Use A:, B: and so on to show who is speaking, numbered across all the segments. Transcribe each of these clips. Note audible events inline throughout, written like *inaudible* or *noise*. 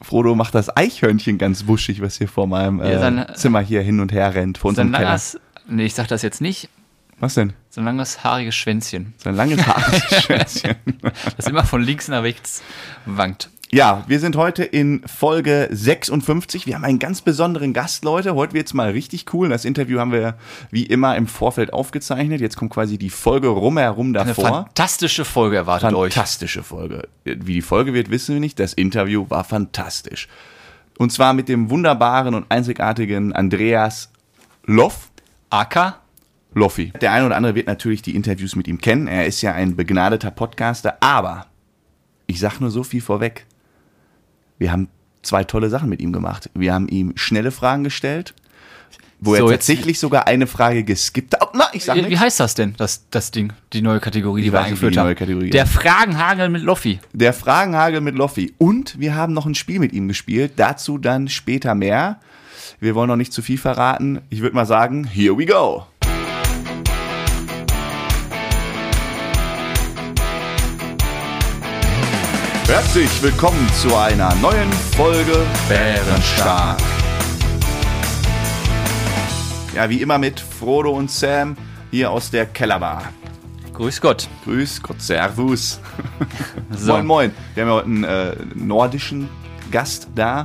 A: Frodo macht das Eichhörnchen ganz wuschig, was hier vor meinem äh,
B: Ja, sein-
A: Zimmer hier hin und her rennt, vor
B: Sein
A: unserem Keller.
B: langes, nee, ich sag das jetzt nicht,
A: Was denn?
B: so ein langes haariges Schwänzchen,
A: Sein langes
B: *laughs*
A: Haarschwänzchen.
B: das immer von links nach rechts wankt.
A: *laughs* ja, wir sind heute in Folge 56. Wir haben einen ganz besonderen Gast, Leute. Heute wird's mal richtig cool. Das Interview haben wir wie immer im Vorfeld aufgezeichnet. Jetzt kommt quasi die Folge rumherum
B: Eine
A: davor.
B: fantastische Folge erwartet euch.
A: Fantastische Folge. Wie die Folge wird, wissen wir nicht. Das Interview war fantastisch. Und zwar mit dem wunderbaren und einzigartigen Andreas Loff.
B: Acker,
A: Loffi. Der eine oder andere wird natürlich die Interviews mit ihm kennen. Er ist ja ein begnadeter Podcaster, aber ich sag nur so viel vorweg. Wir haben zwei tolle Sachen mit ihm gemacht. Wir haben ihm schnelle Fragen gestellt, wo
B: So,
A: er
B: jetzt-
A: tatsächlich sogar eine Frage geskippt hat. Oh, na, ich sag
B: wie, wie
A: nichts.
B: heißt das denn, das, das Ding, die neue Kategorie, die
A: Ich
B: wir
A: weiß nicht, wie
B: eingeführt
A: die
B: haben?
A: neue Kategorie
B: Der Fragenhagel mit Loffi.
A: Der Fragenhagel mit Loffi. Und wir haben noch ein Spiel mit ihm gespielt. Dazu dann später mehr. Wir wollen noch nicht zu viel verraten. Ich würde mal sagen, here we go. Herzlich willkommen zu einer neuen Folge Bärenstark. Ja, wie immer mit Frodo und Sam hier aus der Kellerbar.
B: Grüß Gott.
A: Grüß Gott, Servus.
B: *laughs* So.
A: Moin, moin. Wir haben ja heute einen äh, nordischen Gast da.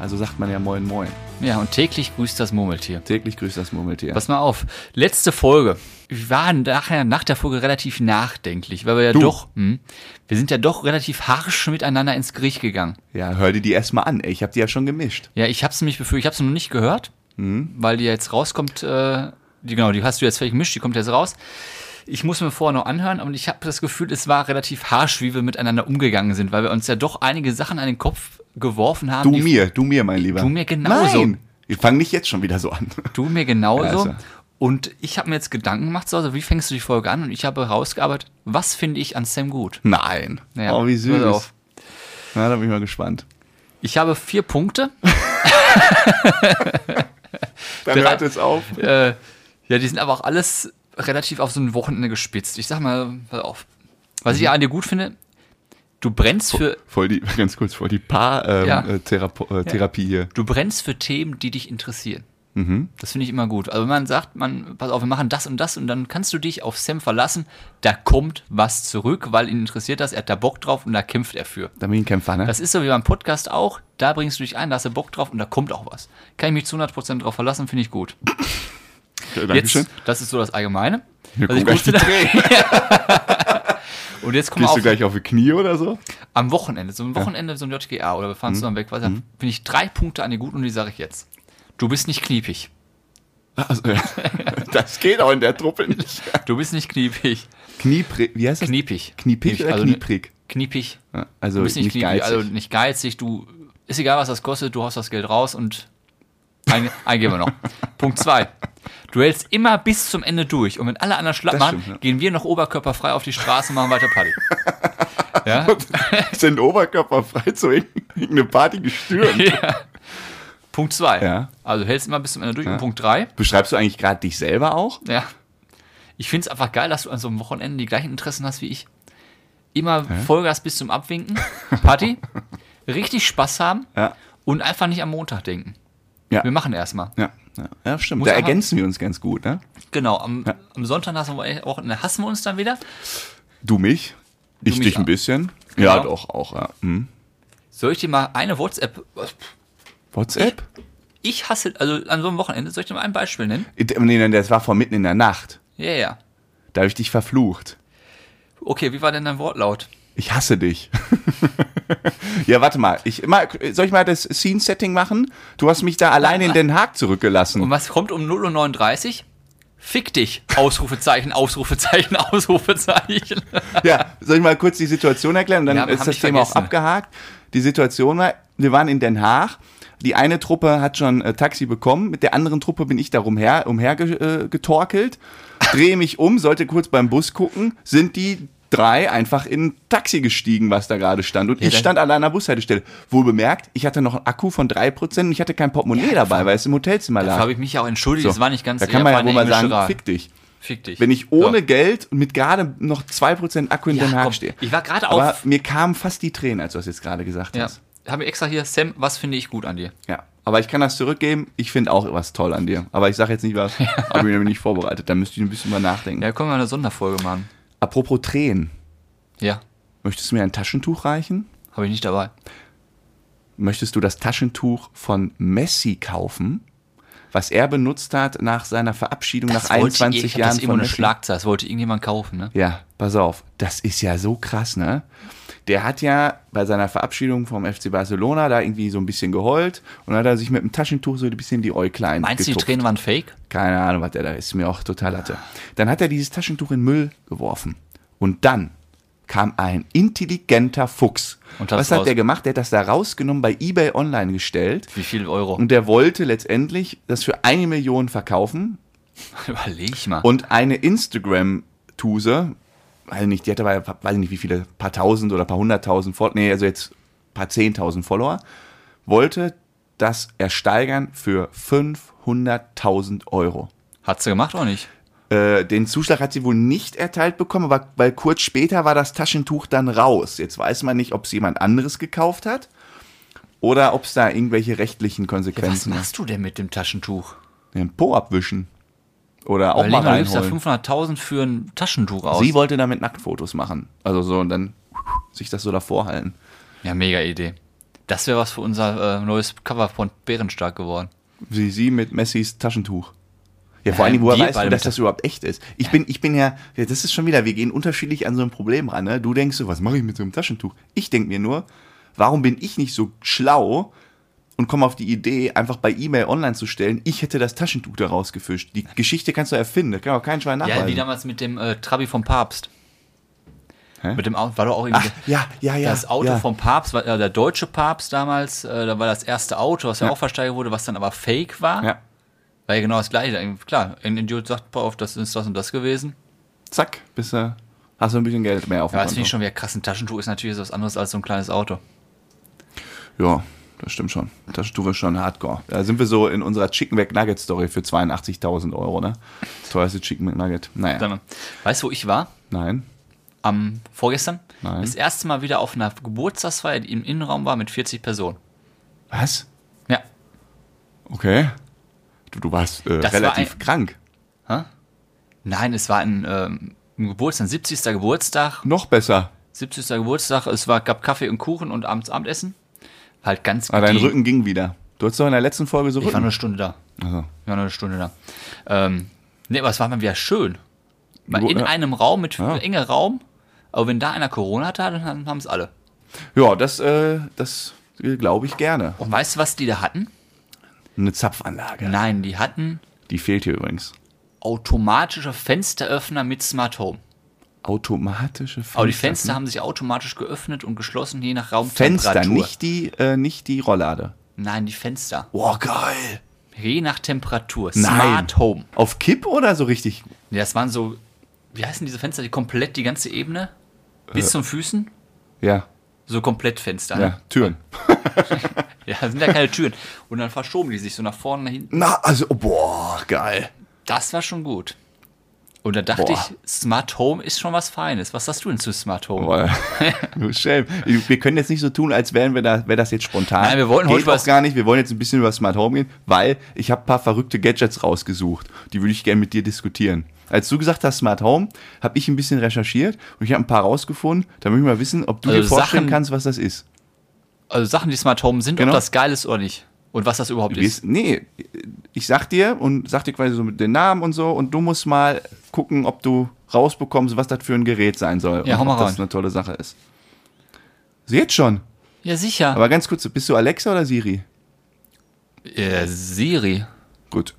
A: Also sagt man ja moin, moin.
B: Ja, und täglich grüßt das Murmeltier.
A: Täglich grüßt das Murmeltier.
B: Pass mal auf. Letzte Folge. Wir waren nachher, nach der Folge relativ nachdenklich, weil wir ja doch, hm, wir sind ja doch relativ harsch miteinander ins Gericht gegangen.
A: Ja, hör dir die erstmal an. Ey, Ich habe die ja schon gemischt.
B: Ja, ich hab's nämlich befürchtet, ich hab's noch nicht gehört,
A: Mhm.
B: weil die jetzt rauskommt, äh, die, genau, die hast du jetzt fertig gemischt, die kommt jetzt raus. Ich muss mir vorher noch anhören und ich habe das Gefühl, es war relativ harsch, wie wir miteinander umgegangen sind, weil wir uns ja doch einige Sachen an den Kopf geworfen haben.
A: Du
B: die-
A: mir, du mir, mein Lieber.
B: Du mir genauso.
A: Nein. Ich fange nicht jetzt schon wieder so an. *laughs*
B: Du mir genauso.
A: Ja, also.
B: Und ich habe mir jetzt Gedanken gemacht, so, also wie fängst du die Folge an? Und ich habe herausgearbeitet, was finde ich an Sam gut?
A: Nein.
B: Ja,
A: oh, wie süß.
B: pass auf.
A: Na, da bin ich mal gespannt.
B: Ich habe vier Punkte.
A: Dann
B: Drei-
A: hört jetzt auf.
B: äh, ja, die sind aber auch alles relativ auf so ein Wochenende gespitzt. Ich sag mal, pass auf. Was
A: Mhm.
B: ich an dir gut finde, du brennst für,
A: Voll die, *laughs* ganz kurz, voll die Paar-Therapie ähm,
B: Ja.
A: äh, Therapo- äh, Therapie hier.
B: du brennst für Themen, die dich interessieren.
A: Mhm.
B: Das finde ich immer gut. Also wenn man sagt, man, pass auf, wir machen das und das und dann kannst du dich auf Sam verlassen, da kommt was zurück, weil ihn interessiert das, er hat da Bock drauf und da kämpft er für.
A: Da bin ich ein Kämpfer, ne?
B: Das ist so wie beim Podcast auch, da bringst du dich ein, da hast du Bock drauf und da kommt auch was. Kann ich mich zu 100% drauf verlassen, finde ich gut.
A: Ja,
B: Jetzt, das ist so das Allgemeine.
A: Hier
B: Was ich
A: kommen gleich
B: gut
A: die
B: finde- *laughs*
A: Tränen.
B: Und jetzt kommen wir
A: Gehst
B: auf
A: du gleich auf die Knie oder so?
B: Am Wochenende, so ein Wochenende, so ein JGA oder wir fahren zusammen weg, weiß mhm. bin ich drei Punkte an dir gut und die sage ich jetzt. Du bist nicht kniepig.
A: Also, *laughs* ja. Das geht auch in der Truppe nicht.
B: Du bist
A: *laughs*
B: nicht kniepig.
A: Knieprig, wie heißt das?
B: Kniepig.
A: Kniepig oder
B: also,
A: knieprig?
B: Kniepig.
A: Ja, Also
B: Du bist nicht,
A: nicht
B: kniepig,
A: geizig.
B: also nicht geizig. Du, ist egal, was das kostet, du haust das Geld raus und ein, *laughs* einen geben wir noch. Punkt zwei. Du hältst immer bis zum Ende durch und wenn alle anderen schlapp
A: Das
B: machen,
A: stimmt, ja.
B: gehen wir noch oberkörperfrei auf die Straße und machen weiter Party.
A: *laughs*
B: ja? also
A: sind oberkörperfrei zu irgendeiner Party gestürmt.
B: *laughs* ja. Punkt zwei.
A: Ja.
B: Also hältst immer bis zum Ende durch und Punkt drei.
A: Beschreibst du eigentlich gerade dich selber auch?
B: Ja. Ich finde es einfach geil, dass du an so einem Wochenende die gleichen Interessen hast wie ich. Immer Vollgas bis zum Abwinken,
A: *laughs*
B: Party, richtig Spaß haben
A: Ja.
B: und einfach nicht am Montag denken.
A: Ja.
B: Wir machen erstmal.
A: Ja, ja, ja stimmt.
B: Muss
A: da
B: aber-
A: ergänzen wir uns ganz gut, ne?
B: Genau, am, am Sonntag nach dem Wochenende hassen wir uns dann wieder.
A: Du mich, ich
B: mich
A: dich ein
B: auch.
A: bisschen.
B: Genau.
A: Ja, doch, auch. Ja. Hm.
B: Soll ich dir mal eine WhatsApp.
A: WhatsApp?
B: Ich hasse, also an so einem Wochenende, soll ich dir mal ein Beispiel nennen?
A: Ich, nee, nein, das war vor mitten in der Nacht.
B: Ja, ja.
A: Da habe ich dich verflucht.
B: Okay, wie war denn dein Wortlaut?
A: Ich hasse dich. *laughs* ja, warte mal. Ich, mal. Soll ich mal das Scene-Setting machen? Du hast mich da allein in Den Haag zurückgelassen.
B: Und was kommt um 0.39 Uhr? Fick dich! Ausrufezeichen, Ausrufezeichen, *laughs* Ausrufezeichen.
A: Ja, soll ich mal kurz die Situation erklären? Und dann
B: Ja,
A: ist
B: hab
A: das
B: ich
A: Thema auch
B: vergessen.
A: abgehakt. Die Situation war, wir waren in Den Haag. Die eine Truppe hat schon äh, Taxi bekommen. Mit der anderen Truppe bin ich da umher, umher ge- äh, getorkelt. Drehe mich um, sollte kurz beim Bus gucken. Sind die drei einfach in ein Taxi gestiegen, was da gerade stand. Und ich
B: dann-
A: stand allein an der Bushaltestelle. Wohl bemerkt, ich hatte noch einen Akku von 3% und ich hatte kein Portemonnaie dabei, weil es im Hotelzimmer
B: Da
A: lag.
B: habe ich mich ja auch entschuldigt, das war nicht ganz
A: da kann
B: ja,
A: man
B: war
A: ja wohl
B: eine
A: mal
B: englische
A: sagen,
B: Ra-
A: fick dich.
B: Fick dich.
A: Wenn ich ohne Geld und mit gerade noch 2% Akku in
B: Ja,
A: Den Haag
B: komm,
A: stehe.
B: ich war gerade
A: Aber
B: auf-
A: mir kamen fast die Tränen, als du das jetzt gerade gesagt
B: Ja.
A: hast.
B: haben wir extra hier, Sam, was finde ich gut an dir?
A: Ja. Aber ich kann das zurückgeben. Ich finde auch was toll an dir. Aber ich sage jetzt nicht
B: *laughs*
A: was. Habe ich nämlich nicht vorbereitet. Da müsste ich ein bisschen mal nachdenken.
B: Ja, können wir eine Sonderfolge machen.
A: Apropos Tränen.
B: Ja,
A: Möchtest du mir ein Taschentuch reichen?
B: habe ich nicht dabei.
A: Möchtest du das Taschentuch von Messi kaufen? Was er benutzt hat nach seiner Verabschiedung nach
B: wollte
A: 21
B: ihr- ich hab
A: Jahren
B: das immer
A: von
B: eine
A: Messi?
B: Schlagzeile, das wollte irgendjemand kaufen, ne?
A: Ja, pass auf, das ist ja so krass, ne? Der hat ja bei seiner Verabschiedung vom FC Barcelona da irgendwie so ein bisschen geheult und hat er sich mit dem Taschentuch so ein bisschen die Äuglein
B: Meinst du, die
A: getupft.
B: Tränen waren fake?
A: Keine Ahnung, was der da ist, mir auch total hatte. Dann hat er dieses Taschentuch in Müll geworfen. Und dann kam ein intelligenter Fuchs.
B: Und hat's
A: Was hat
B: raus-
A: der gemacht? Der hat das da rausgenommen, bei eBay online gestellt.
B: Wie viel Euro?
A: Und der wollte letztendlich das für eine Million verkaufen.
B: *laughs* Überleg mal.
A: Und eine Instagram-Tuse, weiß nicht, die hatte bei, weiß nicht wie viele, paar tausend oder paar hunderttausend Follower, nee, also jetzt paar zehntausend Follower, wollte das ersteigern für 500.000 Euro.
B: Hat sie gemacht oder nicht?
A: Äh, den Zuschlag hat sie wohl nicht erteilt bekommen, aber weil kurz später war das Taschentuch dann raus. Jetzt weiß man nicht, ob es jemand anderes gekauft hat oder ob es da irgendwelche rechtlichen
B: Was
A: Konsequenzen hat.
B: machst du denn mit dem Taschentuch?
A: Den Po abwischen. Oder auch
B: Überleg
A: mal
B: mal, du gibst da
A: reinholen.
B: 500.000 für ein Taschentuch aus.
A: Sie wollte damit Nacktfotos machen. Also so und dann sich das so davor halten.
B: ja, mega Idee. Das wäre was für unser äh, neues Cover von Bärenstark geworden.
A: Wie sie mit Messis Taschentuch. Ja, vor allem,
B: Ja,
A: woher
B: wir
A: weißt du,
B: beide
A: dass
B: mit-
A: das überhaupt echt ist? Ich bin, ich bin ja, ja, das ist schon wieder, wir gehen unterschiedlich an so ein Problem ran. Ne? Du denkst so, was mache ich mit so einem Taschentuch? Ich denke mir nur, warum bin ich nicht so schlau und komme auf die Idee, einfach bei E-Mail online zu stellen, ich hätte das Taschentuch da rausgefischt. Die Geschichte kannst du erfinden, da kann auch kein Schwein
B: Ja, wie
A: nachweisen.
B: damals mit dem äh, Trabi vom Papst.
A: Hä?
B: Mit dem Auto, war doch auch
A: Ach,
B: irgendwie
A: ja, ja, ja.
B: das Auto
A: ja.
B: vom Papst, war, äh, der deutsche Papst damals, äh, da war das erste Auto, was ja, auch versteigert wurde, was dann aber fake war.
A: Ja,
B: War ja genau das gleiche. Klar, ein Idiot sagt, pass auf, das ist das und das gewesen.
A: zack, bist du, hast du ein bisschen Geld mehr auf dem
B: Ja, das finde
A: Konto.
B: ich schon wieder krass. Ein Taschentuch ist natürlich was anderes als so ein kleines Auto.
A: Ja, das stimmt schon. Das Stufe ist schon hardcore. Da sind wir so in unserer Chicken McNugget Story für 82.000 Euro, ne? Teuerste Chicken McNugget. Naja,
B: Sag mal, Weißt du, wo ich war?
A: nein.
B: Am vorgestern?
A: Nein.
B: Das erste Mal wieder auf einer Geburtstagsfeier, die im Innenraum war mit 40 Personen.
A: Was?
B: Ja.
A: Okay. Du, du warst äh,
B: Das war
A: relativ
B: ein-
A: krank.
B: Nein, es war ein, ähm, ein Geburtstag, ein 70. Geburtstag.
A: Noch besser.
B: 70. Geburtstag, es war, gab Kaffee und Kuchen und abends Abendessen. Halt ganz
A: Aber Ah, dein
B: gediegen.
A: Rücken ging wieder. Du hattest doch in der letzten Folge so
B: Ich war
A: Rücken.
B: nur eine Stunde da.
A: Also,
B: Ich war nur eine Stunde da. Ähm, nee, aber es war mal wieder schön. Mal
A: Du-
B: in
A: ja.
B: einem Raum, mit
A: Ja.
B: einem engen Raum. Aber wenn da einer Corona hatte, dann haben es alle.
A: ja, das, äh, das glaube ich gerne.
B: Und weißt du, was die da hatten?
A: Eine Zapfanlage.
B: Nein, die hatten
A: Die fehlt hier übrigens.
B: automatische Fensteröffner mit Smart Home.
A: Automatische Fenster.
B: Aber Oh, die Fenster haben sich automatisch geöffnet und geschlossen, je nach Raumtemperatur.
A: ne? Fenster, nicht die, äh, nicht die Rolllade.
B: Nein, die Fenster.
A: Boah, geil.
B: Je nach Temperatur.
A: Nein.
B: Smart Home.
A: Auf Kipp oder so richtig?
B: Ja, Das waren so, wie heißen diese Fenster, die komplett die ganze Ebene bis zum Füßen?
A: Ja,
B: So komplett Fenster.
A: Äh. ja,
B: ne?
A: Türen.
B: Ja, das sind ja keine Türen. Und dann verschoben die sich so nach vorne, nach hinten.
A: Na, also, boah, geil.
B: Das war schon gut. Und da dachte
A: Boah.
B: ich, Smart Home ist schon was Feines. Was sagst du denn zu Smart Home?
A: Boah, *laughs* du Schelm. Wir können jetzt nicht so tun, als wären wir da, wäre das jetzt spontan.
B: Nein, wir wollten
A: Geht
B: heute
A: auch
B: was-
A: gar nicht. Wir wollen jetzt ein bisschen über Smart Home gehen, weil ich habe ein paar verrückte Gadgets rausgesucht. Die würde ich gerne mit dir diskutieren. Als du gesagt hast Smart Home, habe ich ein bisschen recherchiert und ich habe ein paar rausgefunden. Da möchte ich mal wissen, ob du
B: Also
A: dir vorstellen
B: Sachen-
A: kannst, was das ist.
B: Also Sachen, die Smart Home sind,
A: Genau.
B: ob das geil ist oder nicht. Und was das überhaupt ist.
A: Wirst- nee, ich sag dir und sag dir quasi so mit den Namen und so und du musst mal gucken, ob du rausbekommst, was das für ein Gerät sein soll.
B: Ja,
A: und
B: hau mal
A: ob das
B: rein.
A: eine tolle Sache ist. So, Jetzt schon.
B: Ja, sicher.
A: Aber ganz kurz, bist du Alexa oder Siri?
B: äh, Siri.
A: Gut,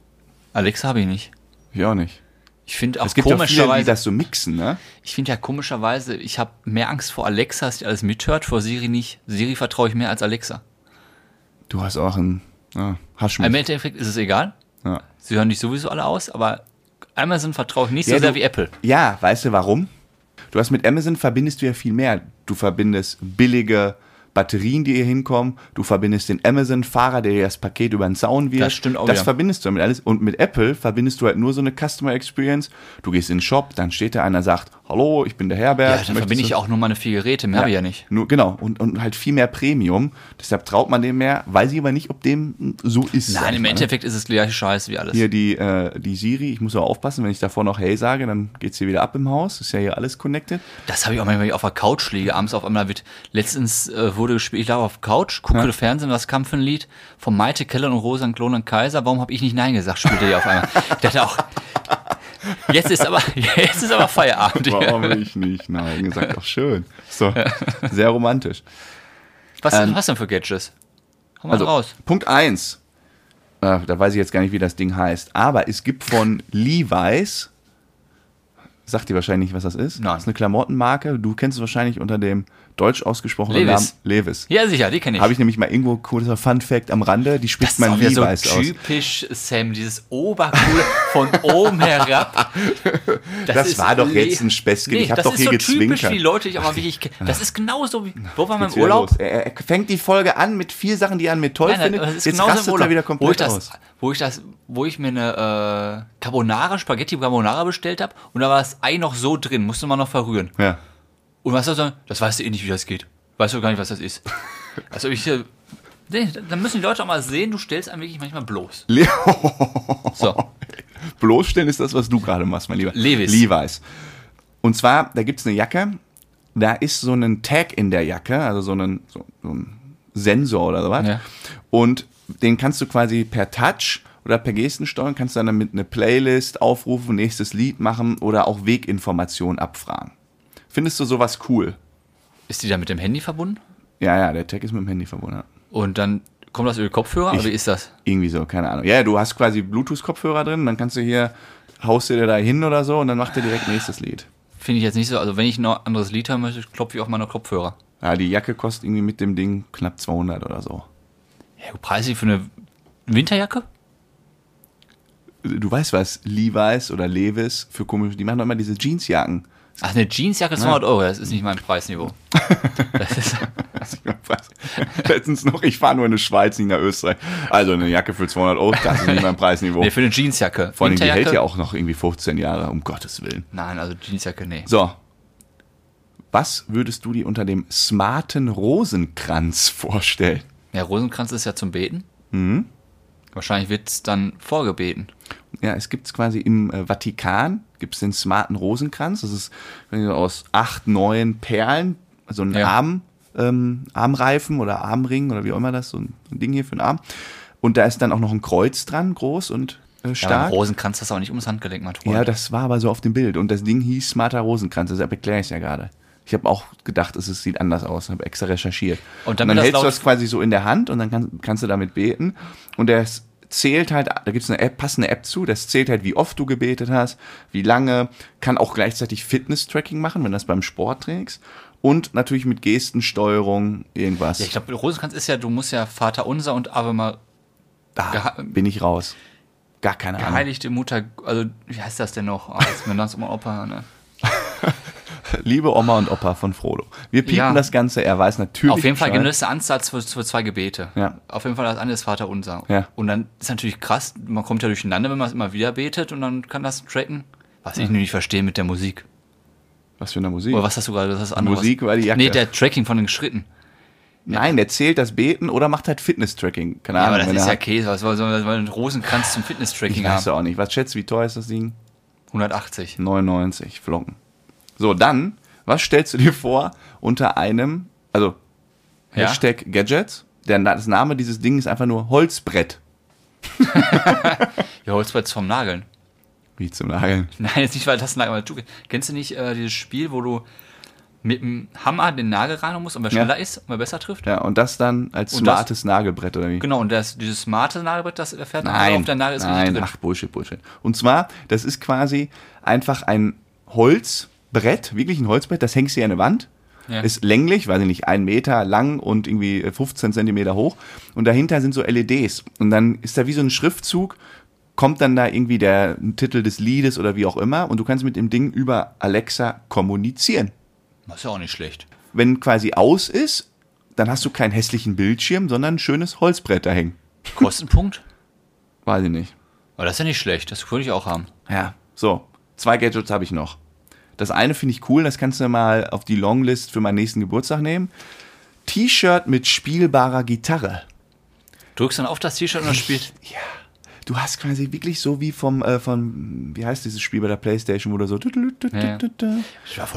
B: Alexa habe ich nicht.
A: ich auch nicht.
B: Ich finde auch
A: Es gibt ja viele, die
B: komischerweise,
A: das so mixen, ne?
B: ich finde ja komischerweise, ich habe mehr Angst vor Alexa, dass die alles mithört, vor Siri nicht. Siri vertraue ich mehr als Alexa.
A: Du hast auch einen ja, Haschmich.
B: Im Endeffekt ist es egal.
A: Ja.
B: Sie hören dich sowieso alle aus, aber Amazon vertraue ich nicht
A: Ja,
B: so sehr
A: du-
B: wie Apple.
A: ja, weißt du warum? Du hast mit Amazon verbindest du ja viel mehr. Du verbindest billige Batterien, die hier hinkommen. Du verbindest den Amazon-Fahrer, der dir das Paket über den Zaun wirft.
B: Das stimmt auch
A: Das
B: wieder.
A: verbindest du damit alles. Und mit Apple verbindest du halt nur so eine Customer Experience. Du gehst in den Shop, dann steht da einer, sagt, hallo, ich bin der Herbert.
B: Ja, dann
A: möchtest
B: verbinde
A: du-
B: ich auch nur meine vier Geräte, mehr habe ich ja nicht.
A: Nur, genau, und, und halt viel mehr Premium. Deshalb traut man dem mehr, weiß ich aber nicht, ob dem so ist. sag
B: Nein,
A: ich
B: im
A: mal, ne?
B: Endeffekt ist es gleich scheiße wie alles.
A: Hier die, äh, die Siri, ich muss aber aufpassen, wenn ich davor noch Hey sage, dann geht's hier wieder ab im Haus. Ist ja hier alles connected.
B: Das habe ich auch manchmal, wenn ich auf der Couch liege, abends auf einmal wird, letztens äh, wurde gespielt, ich lag auf der Couch, guckte Fernsehen, was kam für ein Lied von Maite Keller und Rosa Klon und Kaiser, warum habe ich nicht Nein gesagt, spielte die auf einmal. Ich dachte auch, jetzt ist aber, *laughs* jetzt ist aber Feierabend.
A: Warum ich nicht? Nein, gesagt, auch schön. So, sehr romantisch.
B: Was ähm, hast du denn für Gadgets? Hau mal
A: Also,
B: raus.
A: Punkt 1. Äh, da weiß ich jetzt gar nicht, wie das Ding heißt. Aber es gibt von Levi's, sagt dir wahrscheinlich nicht, was das ist.
B: Nein.
A: Das ist eine Klamottenmarke. Du kennst es wahrscheinlich unter dem deutsch ausgesprochenen Namen
B: Levi's.
A: Levis.
B: Ja, sicher, die kenne ich.
A: Habe ich nämlich mal irgendwo cooler Fun Fact am Rande, die
B: das
A: spricht
B: ist
A: man
B: auch wieder so
A: Levi's aus.
B: typisch Sam, dieses Obercoole von oben herab.
A: Das
B: ist
A: war doch
B: le-
A: jetzt ein Späßchen. Ich hab
B: das
A: doch
B: ist
A: hier
B: so typisch,
A: gezwinkert.
B: wie Leute ich aber wirklich kenne. Das ist genauso wie, wo waren wir im
A: Jetzt wieder
B: Urlaub?
A: los. Er, er fängt die Folge an mit vier Sachen, die er an mir toll
B: Nein, nein,
A: findet.
B: das ist
A: Jetzt
B: genauso im
A: rastet er
B: Urlaub.
A: wieder
B: wo ich
A: komplett
B: das,
A: aus.
B: Wo ich das, wo ich mir eine äh, Carbonara, Spaghetti Carbonara bestellt habe und da war das Ei noch so drin, musste man noch verrühren.
A: Ja.
B: Und was soll das? Das weißt du eh nicht, wie das geht. Weißt du gar nicht, was
A: *laughs*
B: das ist. Also ich, äh, nee, dann müssen die Leute auch mal sehen, du stellst einen wirklich manchmal bloß.
A: Le-
B: So,
A: Bloßstellen ist das, was du gerade machst, mein Lieber.
B: Levi's.
A: Levi's. Und zwar, da gibt es eine Jacke, da ist so ein Tag in der Jacke, also so ein, so, so ein Sensor oder sowas.
B: Ja.
A: Und den kannst du quasi per Touch oder per Gesten steuern, kannst dann damit eine Playlist aufrufen, nächstes Lied machen oder auch Weginformationen abfragen. Findest du sowas cool?
B: ist die da mit dem Handy verbunden?
A: Ja, ja, der Tag ist mit dem Handy verbunden. ja.
B: Und dann kommt das über die Kopfhörer? Oder wie ist das?
A: Irgendwie so, keine Ahnung. Ja, du hast quasi Bluetooth-Kopfhörer drin, dann kannst du hier, haust du dir da hin oder so und dann macht er direkt nächstes Lied.
B: Finde ich jetzt nicht so. Also wenn ich noch ein anderes Lied hören möchte, klopfe ich auf meine Kopfhörer.
A: Ja, die Jacke kostet irgendwie mit dem Ding knapp 200 oder so.
B: Ja, preislich für eine Winterjacke?
A: Du weißt was, Levi's oder Levis für komische, die machen doch immer diese Jeansjacken. *laughs*
B: Ach, eine Jeansjacke ist 200 Euro, das ist nicht mein Preisniveau. Das ist,
A: Hast du mal was? Letztens noch, ich fahre nur in die Schweiz, nicht nach Österreich. Also eine Jacke für 200 Euro, das ist nicht mein Preisniveau.
B: nee, für eine Jeansjacke.
A: Vor allem, die
B: Winterjacke?
A: hält ja auch noch irgendwie 15 Jahre, um Gottes Willen.
B: Nein, also Jeansjacke, nee.
A: So. Was würdest du dir unter dem smarten Rosenkranz vorstellen?
B: Ja, Rosenkranz ist ja zum Beten.
A: Mhm.
B: Wahrscheinlich wird es dann vorgebeten.
A: Ja, es gibt es quasi im äh, Vatikan, gibt es den smarten Rosenkranz. Das ist äh, aus acht, neun Perlen, also ein
B: Ja.
A: Arm, ähm, Armreifen oder Armring oder wie auch immer das, so ein Ding hier für einen Arm. Und da ist dann auch noch ein Kreuz dran, groß und äh,
B: Ja, aber
A: stark.
B: einen Rosenkranz hast du auch nicht ums Handgelenk, mein Freund.
A: Ja, das war aber so auf dem Bild. Und das Ding hieß smarter Rosenkranz, deshalb erkläre ich es ja gerade. Ich habe auch gedacht, es ist- sieht anders aus, habe extra recherchiert.
B: Und
A: Und,
B: damit
A: dann
B: das
A: hältst du
B: laut-
A: das quasi so in der Hand und dann kann, kannst du damit beten. Und das zählt halt, da gibt es eine App, passende App zu, das zählt halt, wie oft du gebetet hast, wie lange, kann auch gleichzeitig Fitness-Tracking machen, wenn du das beim Sport trägst. Und natürlich mit Gestensteuerung, irgendwas.
B: Ja, ich glaube, Rosenkranz ist ja, du musst ja Vater Unser und Ave Maria,
A: da
B: geha-
A: bin ich raus. Gar keine Ahnung.
B: geheiligte Mutter, also wie heißt das denn noch? Ah, ist mir ganz immer
A: *laughs*
B: Opa, ne?
A: Liebe Oma und Opa von Frodo. Wir piepen
B: Ja.
A: das Ganze, er weiß natürlich.
B: Auf jeden Fall
A: Bescheid.
B: genüsse Ansatz für, für zwei Gebete.
A: Ja.
B: Auf jeden Fall das eine ist Vater Unser.
A: Ja.
B: Und dann ist natürlich krass, man kommt ja durcheinander, wenn man es immer wieder betet und dann kann das tracken. Was ich nur nicht verstehe mit der Musik.
A: Was für eine Musik.
B: Oder was hast du gerade? Das ist das andere.
A: Musik
B: was,
A: war die Jacke.
B: Nee, der Tracking von den Schritten.
A: Nein, der zählt das Beten oder macht halt Fitness-Tracking. Keine
B: Ja,
A: Ahnung.
B: aber das
A: wenn
B: ist
A: er
B: ja
A: hat-
B: Käse. Was soll soll man einen Rosenkranz zum
A: Ich
B: Fitness-Tracking
A: weiß
B: haben?
A: auch nicht. Was schätzt, du, wie teuer ist das Ding?
B: 180.
A: 99 Flocken. So, dann, was stellst du dir vor unter einem, also
B: Ja.
A: Hashtag Gadgets? Der Na- das Name dieses Dings ist einfach nur Holzbrett.
B: Ja, Holzbrett vom Nageln. *laughs*
A: Wie zum Nageln.
B: Nein, jetzt nicht, weil das Nagel. weil du- Kennst du nicht äh, dieses Spiel, wo du mit dem Hammer den Nagel reinhauen musst und wer
A: Ja.
B: schneller ist und wer besser trifft?
A: Ja, und das dann als
B: Und das-
A: smartes Nagelbrett, oder wie?
B: Genau, und das, dieses smarte Nagelbrett, das erfährt man
A: Nein,
B: auf der Nagel ist
A: nein,
B: richtig drin.
A: ach Bullshit, Bullshit. Und zwar, das ist quasi einfach ein Holzbrett, wirklich ein Holzbrett, das hängst du hier an eine Wand.
B: Ja.
A: Ist länglich, weiß ich nicht, einen Meter lang und irgendwie 15 Zentimeter hoch. Und dahinter sind so LEDs. Und dann ist da wie so ein Schriftzug, kommt dann da irgendwie der Titel des Liedes oder wie auch immer. Und du kannst mit dem Ding über Alexa kommunizieren
B: Das ist ja auch nicht schlecht.
A: wenn quasi aus ist, dann hast du keinen hässlichen Bildschirm, sondern ein schönes Holzbrett da hängen.
B: Kostenpunkt?
A: Weiß ich nicht.
B: Aber das ist ja nicht schlecht, das würde ich auch haben.
A: Ja, so. Zwei Gadgets habe ich noch. Das eine finde ich cool, das kannst du mal auf die Longlist für meinen nächsten Geburtstag nehmen. T-Shirt mit spielbarer Gitarre.
B: Drückst dann auf das T-Shirt und dann spielt.
A: Ja. Du hast quasi wirklich so wie vom, äh, von, wie heißt dieses Spiel bei der Playstation, wo du so.
B: ja.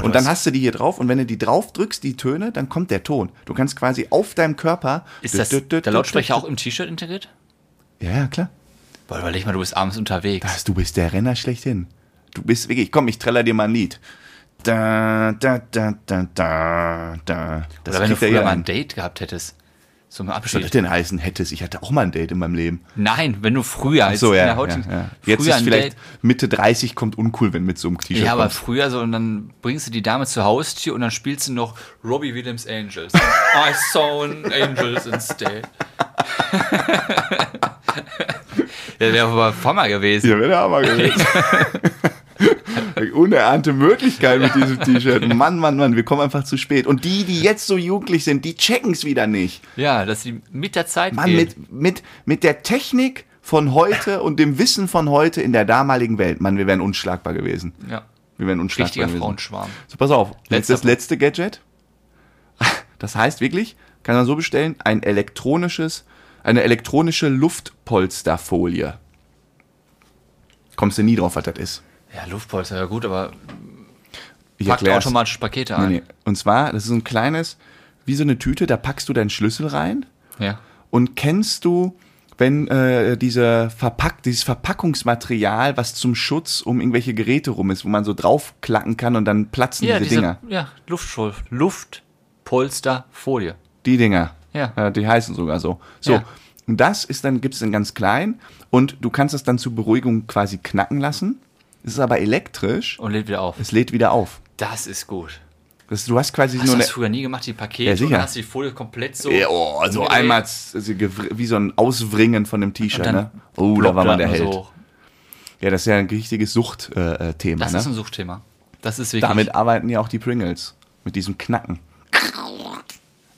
A: Und dann hast du die hier drauf und wenn du die drauf drückst, die Töne, dann kommt der Ton. Du kannst quasi auf deinem Körper.
B: Ist das der Lautsprecher auch im T-Shirt integriert?
A: Ja, ja, klar.
B: Boah, überleg mal, du bist abends unterwegs.
A: Das, du bist der Renner schlechthin. Du bist wirklich, komm, ich treller dir mal ein Lied. Da, da, da, da, da, da. Das
B: Oder wenn du
A: kriegt er
B: früher
A: ja
B: mal
A: ein.
B: ein Date gehabt hättest. So ein
A: Was soll das
B: Abschied.
A: denn heißen, hättest? Ich hatte auch mal ein Date in meinem Leben.
B: Nein, wenn du früher als
A: So,
B: in
A: ja.
B: der
A: ja,
B: heutigen
A: ja. Jetzt
B: früher
A: ist
B: ein
A: vielleicht
B: Date.
A: Mitte 30 kommt uncool, wenn mit so einem T-Shirt.
B: Ja, aber
A: kommst.
B: früher so, und dann bringst du die Dame zur Haustür und dann spielst du noch Robbie Williams Angels. I saw an Angels instead. *laughs* ja, wäre aber Hammer gewesen.
A: Ja, wäre der Hammer gewesen. *laughs* Unerahnte Möglichkeit mit diesem
B: *laughs*
A: T-Shirt. Mann, Mann, Mann, wir kommen einfach zu spät. Und die, die jetzt so jugendlich sind, die checken es wieder nicht.
B: Ja, dass die mit der Zeit
A: Mann,
B: gehen.
A: mit, mit, mit der Technik von heute und dem Wissen von heute in der damaligen Welt, Mann, wir wären unschlagbar gewesen.
B: ja,
A: Wir wären unschlagbar
B: richtiger
A: gewesen.
B: Frauenschwarm.
A: So, pass auf. Jetzt
B: Letzter
A: das letzte Gadget. *laughs* Das heißt wirklich, kann man so bestellen, ein elektronisches, eine elektronische Luftpolsterfolie. Kommst du nie drauf, was das ist.
B: Ja, Luftpolster, ja gut, aber
A: Ich
B: packt
A: erklär's.
B: automatisch Pakete
A: Nee,
B: ein.
A: nee. Und zwar, das ist so ein kleines, wie so eine Tüte, da packst du deinen Schlüssel rein
B: Ja.
A: und kennst du, wenn äh, diese Verpack dieses Verpackungsmaterial, was zum Schutz um irgendwelche Geräte rum ist, wo man so draufklacken kann und dann platzen
B: Ja,
A: diese
B: diese,
A: Dinger.
B: ja, Luftschul- Luftpolsterfolie.
A: Die Dinger.
B: Ja.
A: ja. Die heißen sogar so. So.
B: Ja.
A: Und das ist dann, gibt's dann ganz klein und du kannst das dann zur Beruhigung quasi knacken lassen. Es ist aber elektrisch.
B: Und lädt wieder auf.
A: Es lädt wieder auf.
B: Das ist gut.
A: Das, du hast quasi
B: Hast
A: nur
B: du
A: eine.
B: das früher nie gemacht, die Pakete?
A: Ja, sicher.
B: Und dann hast du die Folie komplett so.
A: Ja, oh, so
B: umgedreht
A: einmal z- also gewr- wie so ein Auswringen von dem
B: und
A: T-Shirt,
B: dann
A: ne? Oh, da
B: ploppt
A: war
B: er
A: man der
B: immer so
A: Held.
B: hoch.
A: Ja, das ist ja ein richtiges Suchtthema, äh, Thema,
B: Das ist
A: ne?
B: ein Suchtthema. Das ist wirklich.
A: Damit arbeiten ja auch die Pringles. Mit diesem Knacken.